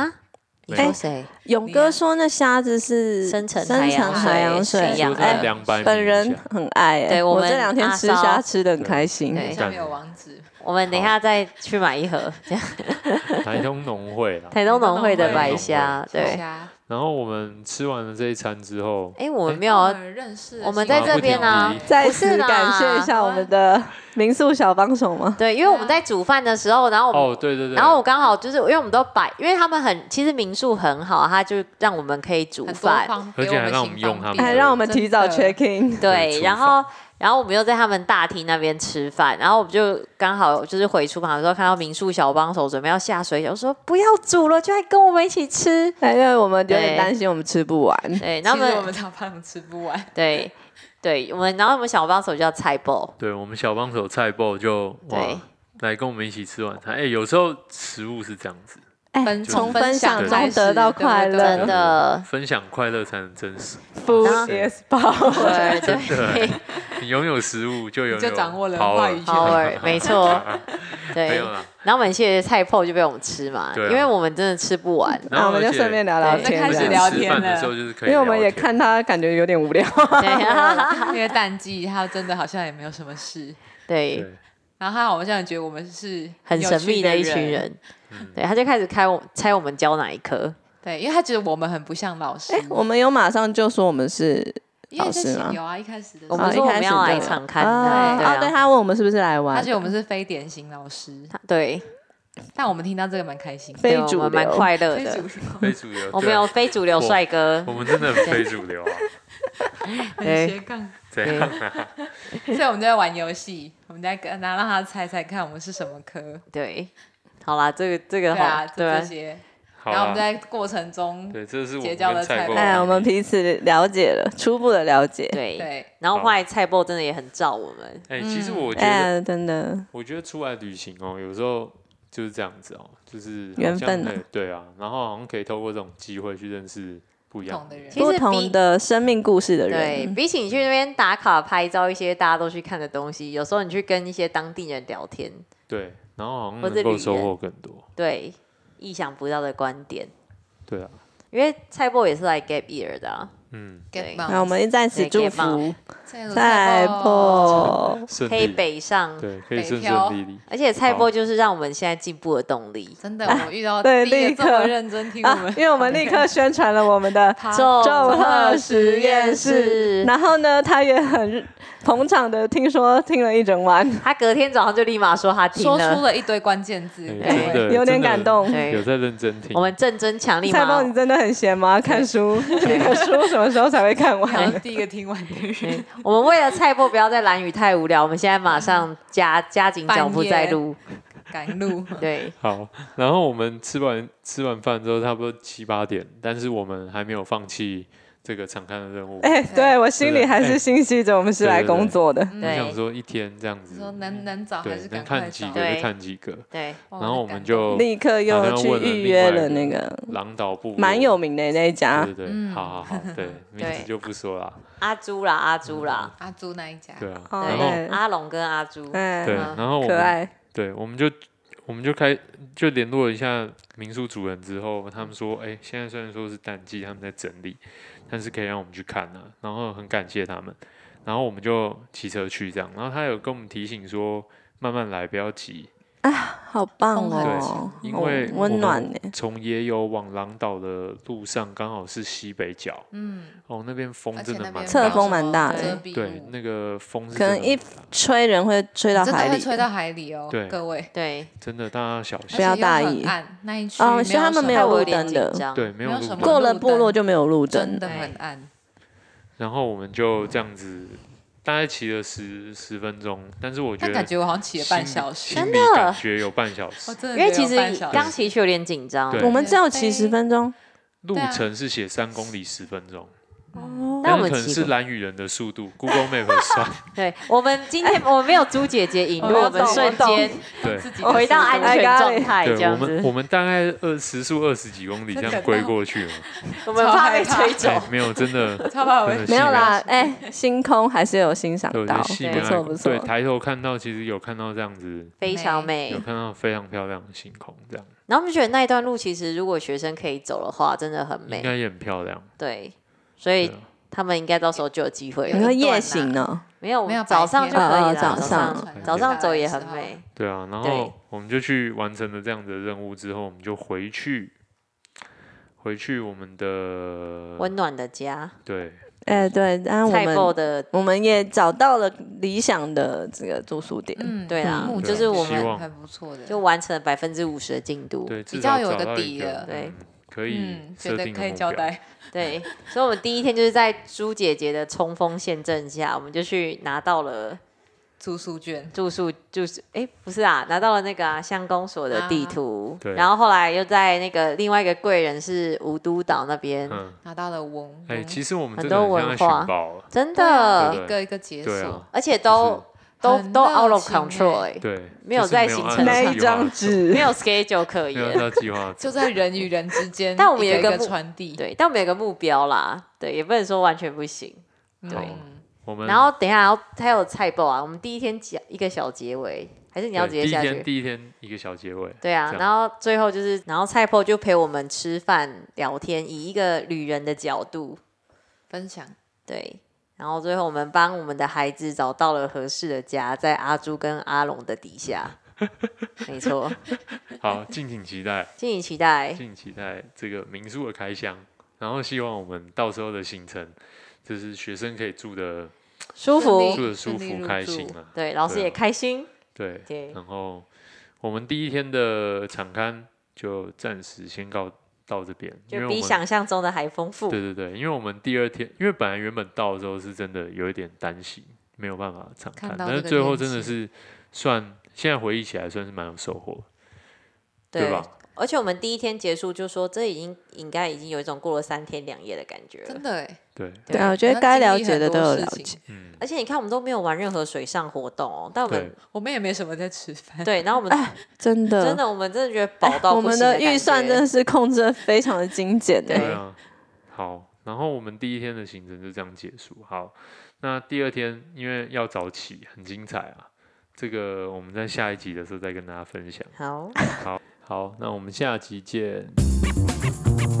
[SPEAKER 2] 啊。你
[SPEAKER 1] 没
[SPEAKER 2] 说
[SPEAKER 1] 有
[SPEAKER 2] 谁？
[SPEAKER 3] 勇哥说那虾子是
[SPEAKER 2] 深层
[SPEAKER 3] 深
[SPEAKER 2] 海
[SPEAKER 3] 层海
[SPEAKER 2] 洋
[SPEAKER 3] 洋
[SPEAKER 2] 水
[SPEAKER 3] 水
[SPEAKER 2] 是养
[SPEAKER 1] 说在
[SPEAKER 2] 哎
[SPEAKER 1] 两百
[SPEAKER 3] 本人很爱、欸，
[SPEAKER 2] 对我
[SPEAKER 3] 我
[SPEAKER 2] 们
[SPEAKER 3] 这两天
[SPEAKER 2] 阿
[SPEAKER 3] 吃
[SPEAKER 2] 骚
[SPEAKER 3] 虾吃的很开心。
[SPEAKER 4] 等一
[SPEAKER 2] 对
[SPEAKER 4] 下没有网址，
[SPEAKER 2] 我们等一下再去买一盒，这样
[SPEAKER 1] 台东农会啦。
[SPEAKER 2] 台东农会的白
[SPEAKER 1] 农
[SPEAKER 2] 虾。对，
[SPEAKER 4] 虾，
[SPEAKER 1] 然后我们吃完了这一餐之后，
[SPEAKER 2] 哎，我们没
[SPEAKER 4] 我
[SPEAKER 2] 有
[SPEAKER 4] 们认识了
[SPEAKER 2] 我们
[SPEAKER 4] 新的
[SPEAKER 1] 在这边啊
[SPEAKER 4] 朋友
[SPEAKER 3] 再
[SPEAKER 2] 不是
[SPEAKER 3] 次
[SPEAKER 2] 啦
[SPEAKER 3] 感谢一下我们的民宿小帮手吗？
[SPEAKER 2] 对，因为我们在煮饭的时候，然后我们
[SPEAKER 1] 哦，对对对，
[SPEAKER 2] 然后我刚好就是因为我们都摆，因为他们很其实民宿很好，啊他就让我们可以煮
[SPEAKER 4] 很多
[SPEAKER 2] 饭，
[SPEAKER 4] 方
[SPEAKER 1] 而且
[SPEAKER 4] 给
[SPEAKER 1] 还让我
[SPEAKER 4] 行
[SPEAKER 1] 们用
[SPEAKER 4] 方
[SPEAKER 1] 他们
[SPEAKER 4] 便
[SPEAKER 3] 还让我们
[SPEAKER 4] 真的
[SPEAKER 3] 提早 check in，
[SPEAKER 1] 对
[SPEAKER 2] 对，
[SPEAKER 1] 厨
[SPEAKER 2] 然
[SPEAKER 1] 房
[SPEAKER 2] 后然后我们又在他们大厅那边吃饭，然后我们就刚好就是回厨房的时候看到民宿小帮手准备要下水，我说不要煮了，就来跟我们一起吃。
[SPEAKER 3] 哎因为我们有
[SPEAKER 2] 对
[SPEAKER 3] 点担心我们吃不完。
[SPEAKER 2] 对，然
[SPEAKER 4] 其
[SPEAKER 2] 后我
[SPEAKER 4] 实我
[SPEAKER 2] 们
[SPEAKER 4] 们早饭吃不 完，
[SPEAKER 2] 对对，我们然后我们小帮手叫菜包，
[SPEAKER 1] 对我们小帮手菜爆就
[SPEAKER 2] 对
[SPEAKER 1] 哇，来跟我们一起吃晚餐。哎、有时候食物是这样子，
[SPEAKER 3] 哎，
[SPEAKER 4] 分
[SPEAKER 3] 从分享
[SPEAKER 1] 对
[SPEAKER 3] 中得到快
[SPEAKER 4] 对对
[SPEAKER 2] 真
[SPEAKER 3] 乐，
[SPEAKER 2] 的，
[SPEAKER 1] 分享快乐才能真实。
[SPEAKER 3] Food is power。
[SPEAKER 2] 对对
[SPEAKER 1] 对，你拥有食物就有
[SPEAKER 4] 你就掌握了
[SPEAKER 1] power
[SPEAKER 4] 话语权
[SPEAKER 2] 好味，没错，
[SPEAKER 1] 没
[SPEAKER 2] 对
[SPEAKER 1] 有。啦。
[SPEAKER 2] 然后我们谢谢菜泡就被我们吃嘛，
[SPEAKER 1] 对啊
[SPEAKER 2] 因为我们真的吃不完，
[SPEAKER 1] 然
[SPEAKER 3] 那
[SPEAKER 1] 后
[SPEAKER 3] 我们就
[SPEAKER 1] 而且
[SPEAKER 3] 顺便聊聊
[SPEAKER 2] 对
[SPEAKER 3] 天，
[SPEAKER 4] 开
[SPEAKER 1] 而
[SPEAKER 4] 始
[SPEAKER 3] 这
[SPEAKER 1] 且
[SPEAKER 3] 样
[SPEAKER 4] 聊
[SPEAKER 1] 吃
[SPEAKER 4] 天
[SPEAKER 1] 饭的
[SPEAKER 4] 了
[SPEAKER 1] 时候就是可以聊
[SPEAKER 3] 因
[SPEAKER 1] 天，
[SPEAKER 3] 为我们也看他感觉有点无聊。
[SPEAKER 2] 对
[SPEAKER 4] 因为淡季他真的好像也没有什么事，
[SPEAKER 2] 对。
[SPEAKER 1] 对，
[SPEAKER 4] 然后他好像觉得我们是
[SPEAKER 2] 很
[SPEAKER 4] 有
[SPEAKER 2] 神
[SPEAKER 4] 趣
[SPEAKER 2] 秘
[SPEAKER 4] 的
[SPEAKER 2] 的一群，人。对，他就开始开我猜我们教哪一科，
[SPEAKER 4] 对，因为他觉得我们很不像老
[SPEAKER 2] 哎
[SPEAKER 4] 师，
[SPEAKER 3] 哎我们有马上就说我们是
[SPEAKER 4] 因为
[SPEAKER 3] 老师吗
[SPEAKER 4] 有啊，一开始的时
[SPEAKER 2] 我
[SPEAKER 4] 候
[SPEAKER 2] 们
[SPEAKER 3] 哦
[SPEAKER 2] 说
[SPEAKER 3] 一
[SPEAKER 2] 我
[SPEAKER 3] 开
[SPEAKER 2] 们
[SPEAKER 3] 始
[SPEAKER 2] 要来
[SPEAKER 3] 就
[SPEAKER 2] 一场看
[SPEAKER 3] 哦
[SPEAKER 2] 对对啊
[SPEAKER 3] 哦，对，他问我们是不是来
[SPEAKER 4] 他
[SPEAKER 3] 玩
[SPEAKER 4] 觉，得我们是非典型老师，
[SPEAKER 2] 他对，
[SPEAKER 4] 但我们听到这个蛮开心的，
[SPEAKER 3] 非
[SPEAKER 2] 对我
[SPEAKER 3] 主
[SPEAKER 2] 们蛮
[SPEAKER 3] 流。
[SPEAKER 2] 快乐
[SPEAKER 4] 非主
[SPEAKER 2] 的。
[SPEAKER 1] 非主 流，
[SPEAKER 2] 我们
[SPEAKER 1] 对啊
[SPEAKER 2] 有，非主流帅哥
[SPEAKER 1] 我，们真的很非主流啊，
[SPEAKER 2] 对
[SPEAKER 4] 很斜杠，
[SPEAKER 1] 这
[SPEAKER 2] 对
[SPEAKER 1] 样
[SPEAKER 4] 所以我们就在玩游戏，我们在跟他让他猜猜看我们是什么科，
[SPEAKER 2] 对，好啦，这个这
[SPEAKER 4] 对
[SPEAKER 2] 个
[SPEAKER 4] 啊，
[SPEAKER 2] 好，
[SPEAKER 4] 这
[SPEAKER 2] 对
[SPEAKER 4] 这
[SPEAKER 2] 啊，
[SPEAKER 4] 些，
[SPEAKER 1] 好
[SPEAKER 4] 然后我
[SPEAKER 1] 啊
[SPEAKER 4] 们。在过程中，
[SPEAKER 1] 对，这是我
[SPEAKER 4] 结
[SPEAKER 1] 们
[SPEAKER 4] 交
[SPEAKER 1] 跟
[SPEAKER 4] 了
[SPEAKER 1] 菜
[SPEAKER 4] 菜
[SPEAKER 1] 购
[SPEAKER 4] 包
[SPEAKER 3] 哎呀，我们彼此了解了，初步的了解。
[SPEAKER 2] 对。
[SPEAKER 4] 对，
[SPEAKER 2] 然后后来菜包真的也很照我们，
[SPEAKER 1] 哎，其实
[SPEAKER 4] 嗯
[SPEAKER 1] 我觉得，
[SPEAKER 3] 哎，真的，
[SPEAKER 1] 我觉得出来旅行哦，有时候就是这样子哦，就是好
[SPEAKER 3] 缘
[SPEAKER 1] 像
[SPEAKER 3] 分啊
[SPEAKER 1] 可以对啊，然后好像可以透过这种机会去认识不一
[SPEAKER 4] 不
[SPEAKER 1] 样
[SPEAKER 4] 同的人
[SPEAKER 2] 其实
[SPEAKER 3] 不
[SPEAKER 2] 比
[SPEAKER 3] 同的生命故事的
[SPEAKER 2] 对
[SPEAKER 3] 人，
[SPEAKER 2] 比起你去那边打卡拍照一些大家都去看的东西，有时候你去跟一些当地人聊天，
[SPEAKER 1] 对，然后好像
[SPEAKER 2] 或者
[SPEAKER 1] 能够
[SPEAKER 2] 旅
[SPEAKER 1] 收
[SPEAKER 2] 人
[SPEAKER 1] 获更多，
[SPEAKER 2] 对，意想不到的观点，
[SPEAKER 1] 对啊，
[SPEAKER 2] 因为菜包也是来 gap year 的啊，
[SPEAKER 1] 嗯，
[SPEAKER 2] 对
[SPEAKER 4] Get
[SPEAKER 3] 那我
[SPEAKER 4] Bounce
[SPEAKER 3] 们在此
[SPEAKER 2] 对
[SPEAKER 3] 祝
[SPEAKER 2] 给棒
[SPEAKER 3] 福嗯
[SPEAKER 4] 再
[SPEAKER 3] 赛
[SPEAKER 4] 哦
[SPEAKER 3] 破，
[SPEAKER 1] 嗯顺
[SPEAKER 2] 可以
[SPEAKER 1] 利，
[SPEAKER 2] 北上，
[SPEAKER 1] 对，可以
[SPEAKER 4] 北
[SPEAKER 1] 顺
[SPEAKER 4] 漂
[SPEAKER 1] 顺利利，
[SPEAKER 2] 而且菜
[SPEAKER 1] 好
[SPEAKER 2] 包就是让我们现在进步的动力。
[SPEAKER 4] 真的，我遇到
[SPEAKER 3] 对
[SPEAKER 4] 第一
[SPEAKER 3] 立
[SPEAKER 4] 个
[SPEAKER 3] 刻
[SPEAKER 4] 这么认真听我
[SPEAKER 3] 啊
[SPEAKER 4] 们！
[SPEAKER 3] 因为我们立刻宣传了我们的
[SPEAKER 4] 他
[SPEAKER 2] 重
[SPEAKER 3] 重
[SPEAKER 2] 贺
[SPEAKER 3] 贺
[SPEAKER 2] 实
[SPEAKER 3] 实
[SPEAKER 2] 验室
[SPEAKER 3] 验室，然后呢，他也很捧场的，听说听了一整晚，
[SPEAKER 2] 他隔天早上就立马说他听
[SPEAKER 4] 说出
[SPEAKER 2] 了。
[SPEAKER 4] 了一堆关键字，
[SPEAKER 1] 哎
[SPEAKER 2] 对
[SPEAKER 1] 真的
[SPEAKER 3] 有点
[SPEAKER 1] 真的
[SPEAKER 3] 感动。
[SPEAKER 1] 有
[SPEAKER 2] 对，
[SPEAKER 1] 在认真听。
[SPEAKER 2] 我们正增强力
[SPEAKER 3] 蔡峰，你
[SPEAKER 2] 嘛。
[SPEAKER 3] 真的很闲吗？看书， 你的书什么时候才会看
[SPEAKER 4] 我 好
[SPEAKER 3] 完
[SPEAKER 4] 像？第一个听完的人
[SPEAKER 2] 对。我们为了菜波不要在蓝雨太无聊，我们现在马上加加紧脚步
[SPEAKER 4] 半夜
[SPEAKER 2] 再录。
[SPEAKER 4] 赶路，
[SPEAKER 2] 对，
[SPEAKER 1] 好，然后我们吃完吃完饭之后，差不多七八点，但是我们还没有放弃这个场刊的任务。
[SPEAKER 3] 哎，对我心里还是欣喜着，我们是来工作的。
[SPEAKER 1] 我
[SPEAKER 2] 对
[SPEAKER 1] 想说一天这样
[SPEAKER 4] 你
[SPEAKER 1] 子，
[SPEAKER 4] 说能能找还
[SPEAKER 1] 对
[SPEAKER 4] 是，
[SPEAKER 1] 能
[SPEAKER 4] 赶快
[SPEAKER 1] 看几
[SPEAKER 4] 找
[SPEAKER 1] 个？
[SPEAKER 2] 对
[SPEAKER 1] 就看几个。
[SPEAKER 2] 对，
[SPEAKER 4] 哇
[SPEAKER 1] 然后我
[SPEAKER 4] 很
[SPEAKER 1] 们
[SPEAKER 4] 感
[SPEAKER 1] 就
[SPEAKER 4] 动
[SPEAKER 3] 立刻又去预约了那个
[SPEAKER 1] 狼岛部落
[SPEAKER 3] 蛮有名啊的那一家
[SPEAKER 1] 对，对对，
[SPEAKER 4] 嗯
[SPEAKER 1] 好好好，对，名字
[SPEAKER 2] 对
[SPEAKER 1] 就不说了。
[SPEAKER 2] 阿朱啦，阿朱啦，
[SPEAKER 4] 阿朱那一家，
[SPEAKER 1] 对啊，
[SPEAKER 3] 哦
[SPEAKER 1] 然后
[SPEAKER 2] 嗯对，阿龙跟阿朱，嗯
[SPEAKER 1] 对，
[SPEAKER 3] 哎，
[SPEAKER 1] 然后我
[SPEAKER 3] 可
[SPEAKER 1] 们
[SPEAKER 3] 爱。
[SPEAKER 1] 对，我们就我们就开就联络了一下民宿主人之后，他们说，哎、现在虽然说是淡季，他们在整理，但是可以让我们去看啊，然后很感谢他们，然后我们就骑车去这样，然后他有跟我们提醒说，慢慢来，不要急，啊
[SPEAKER 3] 好棒哦
[SPEAKER 4] 哦！
[SPEAKER 1] 因为我
[SPEAKER 3] 温
[SPEAKER 1] 们
[SPEAKER 3] 暖欸呢，
[SPEAKER 1] 从野友往狼岛的路上刚好是西北角，
[SPEAKER 4] 嗯，
[SPEAKER 1] 哦，那边风
[SPEAKER 4] 而
[SPEAKER 1] 真
[SPEAKER 4] 且
[SPEAKER 1] 的
[SPEAKER 4] 那
[SPEAKER 1] 蛮
[SPEAKER 4] 边
[SPEAKER 1] 大
[SPEAKER 3] 侧
[SPEAKER 1] 的，
[SPEAKER 3] 风蛮大
[SPEAKER 2] 的
[SPEAKER 4] 遮蔽
[SPEAKER 1] 对，
[SPEAKER 4] 物
[SPEAKER 1] 那个风是
[SPEAKER 3] 可能
[SPEAKER 1] 真的
[SPEAKER 3] 一
[SPEAKER 1] 蛮大
[SPEAKER 3] 吹人会吹到
[SPEAKER 4] 真
[SPEAKER 3] 海
[SPEAKER 4] 的
[SPEAKER 3] 里
[SPEAKER 4] 会。吹到海里哦，
[SPEAKER 1] 对
[SPEAKER 4] 各位，
[SPEAKER 2] 对，
[SPEAKER 1] 真的大家要小
[SPEAKER 3] 不
[SPEAKER 1] 心，
[SPEAKER 3] 要
[SPEAKER 4] 而且又
[SPEAKER 3] 大
[SPEAKER 4] 很
[SPEAKER 3] 意
[SPEAKER 4] 暗那一区
[SPEAKER 3] 哦
[SPEAKER 4] 没有
[SPEAKER 3] 所以他们
[SPEAKER 4] 什么
[SPEAKER 3] 没
[SPEAKER 2] 害
[SPEAKER 3] 有
[SPEAKER 2] 我有
[SPEAKER 3] 路
[SPEAKER 2] 点
[SPEAKER 3] 灯
[SPEAKER 2] 紧
[SPEAKER 3] 的
[SPEAKER 2] 张。
[SPEAKER 1] 对，没有
[SPEAKER 4] 没有
[SPEAKER 1] 路
[SPEAKER 4] 什么
[SPEAKER 1] 灯
[SPEAKER 3] 过了部落就没有路
[SPEAKER 4] 真
[SPEAKER 3] 灯，
[SPEAKER 4] 的很暗，
[SPEAKER 1] 然后我们就这样子，大概骑了十十分钟，但是我觉
[SPEAKER 4] 但
[SPEAKER 1] 得
[SPEAKER 4] 感觉我好像骑了半
[SPEAKER 1] 心
[SPEAKER 4] 小时，
[SPEAKER 1] 心
[SPEAKER 2] 真
[SPEAKER 1] 里
[SPEAKER 2] 的
[SPEAKER 1] 感觉有半小
[SPEAKER 4] 我
[SPEAKER 1] 时。
[SPEAKER 4] 真的
[SPEAKER 2] 因为
[SPEAKER 4] 觉
[SPEAKER 2] 其
[SPEAKER 4] 得
[SPEAKER 2] 实
[SPEAKER 4] 有半小时
[SPEAKER 2] 刚骑去有点紧张，
[SPEAKER 1] 对
[SPEAKER 3] 我们只有骑十分钟。
[SPEAKER 1] 路
[SPEAKER 4] 对啊
[SPEAKER 1] 程是写三公里十分钟，
[SPEAKER 3] 哦
[SPEAKER 2] 但
[SPEAKER 1] 是
[SPEAKER 2] 我们
[SPEAKER 1] 可能
[SPEAKER 2] 骑
[SPEAKER 1] 是
[SPEAKER 2] 过
[SPEAKER 1] 蓝雨人的速度，Google Map 算
[SPEAKER 2] 对，我们今天我们没有朱姐姐引
[SPEAKER 4] 我
[SPEAKER 2] 路，
[SPEAKER 4] 懂
[SPEAKER 2] 我们瞬间
[SPEAKER 1] 对
[SPEAKER 4] 自己的
[SPEAKER 2] 回到
[SPEAKER 4] 速
[SPEAKER 2] 安
[SPEAKER 4] 度
[SPEAKER 2] 全状态
[SPEAKER 1] 对，
[SPEAKER 2] 这
[SPEAKER 1] 我
[SPEAKER 2] 样
[SPEAKER 1] 们
[SPEAKER 2] 子。
[SPEAKER 1] 我们大概二时速二十几公里这样归过去了，
[SPEAKER 2] 我们怕被吹走
[SPEAKER 1] 哎，，没有真的
[SPEAKER 4] 超怕我
[SPEAKER 1] 真
[SPEAKER 4] 会
[SPEAKER 1] 的
[SPEAKER 3] 没有啦
[SPEAKER 1] 细，
[SPEAKER 3] 哎，星空还是有欣赏
[SPEAKER 1] 对，我觉
[SPEAKER 3] 到，
[SPEAKER 1] 得细
[SPEAKER 3] 不
[SPEAKER 1] 面
[SPEAKER 3] 错不错
[SPEAKER 1] 对，。抬头看到其实有看到这样子，
[SPEAKER 2] 非常美
[SPEAKER 1] 有。看到非常漂亮的星空，这样
[SPEAKER 2] 然后我们就觉得那一段路其实如果学生可以走的话，真的很
[SPEAKER 1] 应
[SPEAKER 2] 美。
[SPEAKER 1] 该也很漂亮。
[SPEAKER 2] 对，所以
[SPEAKER 1] 对啊
[SPEAKER 2] 他们应该到时候就有机会
[SPEAKER 3] 你说
[SPEAKER 2] 了。
[SPEAKER 4] 有
[SPEAKER 3] 啊夜行哦呢？
[SPEAKER 2] 没有，
[SPEAKER 4] 没有白
[SPEAKER 2] 早上就可以
[SPEAKER 3] 天
[SPEAKER 2] 了。
[SPEAKER 3] 哦早
[SPEAKER 2] 早
[SPEAKER 3] 上
[SPEAKER 2] 上早上走也很美。
[SPEAKER 1] 对啊，然
[SPEAKER 2] 对
[SPEAKER 1] 后我们就去完成了这样的任务之后，我们就回去，回去我们的
[SPEAKER 2] 温暖的家，
[SPEAKER 1] 对
[SPEAKER 3] 哎，对，但我
[SPEAKER 2] 菜包
[SPEAKER 3] 们
[SPEAKER 2] 的
[SPEAKER 3] 我们也找到了理想的这个住宿点。
[SPEAKER 4] 嗯，
[SPEAKER 2] 对啦
[SPEAKER 4] 嗯
[SPEAKER 1] 就是我们希望
[SPEAKER 4] 还不错的，
[SPEAKER 2] 就完成了百分之五十的进度。
[SPEAKER 1] 对，至
[SPEAKER 4] 较
[SPEAKER 1] 少
[SPEAKER 4] 有
[SPEAKER 1] 找
[SPEAKER 4] 个
[SPEAKER 1] 到一
[SPEAKER 4] 底
[SPEAKER 1] 个
[SPEAKER 4] 了
[SPEAKER 2] 对
[SPEAKER 1] 嗯可以
[SPEAKER 4] 嗯，觉
[SPEAKER 1] 设
[SPEAKER 4] 得
[SPEAKER 1] 定的
[SPEAKER 4] 可以
[SPEAKER 1] 目
[SPEAKER 4] 交
[SPEAKER 1] 标。
[SPEAKER 4] 代，
[SPEAKER 2] 对，所以我们第一天就是在朱姐姐的冲锋陷阵下，我们就去拿到了
[SPEAKER 4] 住宿券，
[SPEAKER 2] 住宿，就是哎，不是啊，拿到了那个啊乡公所的地图
[SPEAKER 1] 啊，对
[SPEAKER 2] 然后后来又在那个另外一个贵人是吴都岛那边，
[SPEAKER 1] 嗯，
[SPEAKER 4] 拿到了文，
[SPEAKER 1] 哎，
[SPEAKER 4] 文
[SPEAKER 1] 其实我们
[SPEAKER 2] 嗯很
[SPEAKER 1] 真
[SPEAKER 2] 多
[SPEAKER 1] 的很像
[SPEAKER 2] 文
[SPEAKER 1] 在
[SPEAKER 2] 化
[SPEAKER 1] 寻宝啊，
[SPEAKER 2] 真
[SPEAKER 1] 对对
[SPEAKER 2] 的，
[SPEAKER 4] 一个一个解
[SPEAKER 1] 对
[SPEAKER 4] 锁
[SPEAKER 1] 啊，，
[SPEAKER 2] 而且都都
[SPEAKER 4] 很
[SPEAKER 2] 都 out
[SPEAKER 4] 热
[SPEAKER 2] of
[SPEAKER 4] 情欸
[SPEAKER 2] control，哎
[SPEAKER 1] 对，
[SPEAKER 2] 没有
[SPEAKER 1] 就是
[SPEAKER 2] 在
[SPEAKER 1] 没
[SPEAKER 2] 行
[SPEAKER 1] 按
[SPEAKER 2] 程
[SPEAKER 1] 照
[SPEAKER 2] 上
[SPEAKER 3] 那
[SPEAKER 1] 计
[SPEAKER 3] 一
[SPEAKER 1] 划
[SPEAKER 3] 张
[SPEAKER 1] 走，
[SPEAKER 2] 没
[SPEAKER 3] 纸，
[SPEAKER 2] 有 schedule 可
[SPEAKER 1] 没有
[SPEAKER 2] 言。
[SPEAKER 1] 按照计划走，
[SPEAKER 4] 就在人与人之间，
[SPEAKER 2] 但我们
[SPEAKER 4] 一
[SPEAKER 2] 有一
[SPEAKER 4] 个
[SPEAKER 2] 个
[SPEAKER 4] 一个
[SPEAKER 2] 目
[SPEAKER 4] 传递，
[SPEAKER 2] 对，但我们有个目标啦，对，也不能说完全不行。
[SPEAKER 1] 对
[SPEAKER 4] 嗯，
[SPEAKER 1] 我们
[SPEAKER 2] 然后等一下要还有菜报啊，我们第一天讲一个小结尾，还是你要直
[SPEAKER 1] 对
[SPEAKER 2] 接下
[SPEAKER 1] 第
[SPEAKER 2] 去？
[SPEAKER 1] 一天第一天一个小结尾，
[SPEAKER 2] 对啊，
[SPEAKER 1] 这样
[SPEAKER 2] 然后最后就是，然后菜婆就陪我们吃饭聊天，以一个旅人的角度，
[SPEAKER 4] 分享
[SPEAKER 2] 对。然后最后我们帮我们的孩子找到了合适的家，在阿朱跟阿龙的 底下，没错，
[SPEAKER 1] 好，敬请期待，
[SPEAKER 2] 敬请 期待。
[SPEAKER 1] 敬请期待这个民宿的开箱，然后希望我们到时候的行程，就是学生可以住的
[SPEAKER 2] 舒
[SPEAKER 4] 顺
[SPEAKER 2] 服
[SPEAKER 4] 利，
[SPEAKER 1] 住的舒
[SPEAKER 4] 顺利
[SPEAKER 1] 服
[SPEAKER 4] 入
[SPEAKER 1] 开
[SPEAKER 4] 住
[SPEAKER 1] 心啊，
[SPEAKER 2] 对，老师
[SPEAKER 1] 对啊
[SPEAKER 2] 也开心，
[SPEAKER 1] 对，
[SPEAKER 2] 对，
[SPEAKER 1] 然后我们第一天的场刊就暂时先告到这边，啊因为
[SPEAKER 2] 就
[SPEAKER 1] 我
[SPEAKER 2] 比
[SPEAKER 1] 们
[SPEAKER 2] 想象中的还丰富
[SPEAKER 1] 对，对对，因为我们第二天，因为本来原本到的时候是真的有一点担心，没有办法场刊，
[SPEAKER 4] 看到
[SPEAKER 1] 但是
[SPEAKER 4] 这个
[SPEAKER 1] 最后
[SPEAKER 4] 链
[SPEAKER 1] 真的
[SPEAKER 4] 接
[SPEAKER 1] 是算现在回忆起来算是蛮有收获，
[SPEAKER 2] 对
[SPEAKER 1] 吧？
[SPEAKER 2] 而且我们第一天结束就说，这已经应该已经有一种过了三天两夜的感觉
[SPEAKER 4] 真
[SPEAKER 2] 了。
[SPEAKER 4] 的哎，
[SPEAKER 1] 对，
[SPEAKER 3] 对啊，我觉得该了解的都有了
[SPEAKER 4] 好像经历很多事
[SPEAKER 3] 解
[SPEAKER 4] 情。。
[SPEAKER 1] 嗯，
[SPEAKER 2] 而且你看，我们都没有玩任何水上活动哦，但我
[SPEAKER 1] 对
[SPEAKER 2] 们，
[SPEAKER 4] 我们也没什么在吃饭，
[SPEAKER 2] 对，然后 我们
[SPEAKER 3] 真的，哎
[SPEAKER 2] 真的，我们真的觉得饱到
[SPEAKER 3] 我
[SPEAKER 2] 不
[SPEAKER 3] 们
[SPEAKER 2] 行的
[SPEAKER 3] 的预算真
[SPEAKER 2] 感
[SPEAKER 3] 的是控制的非常的精简
[SPEAKER 2] 对
[SPEAKER 1] 对
[SPEAKER 3] 的。
[SPEAKER 1] 啊，好，然后我们第一天的行程就这样结束。好，那第二天因为要早起，很精彩啊。这个我们在下一集的时候再跟大家分享。
[SPEAKER 2] 觉好。
[SPEAKER 1] 好，好，那我们下集见。
[SPEAKER 4] 拜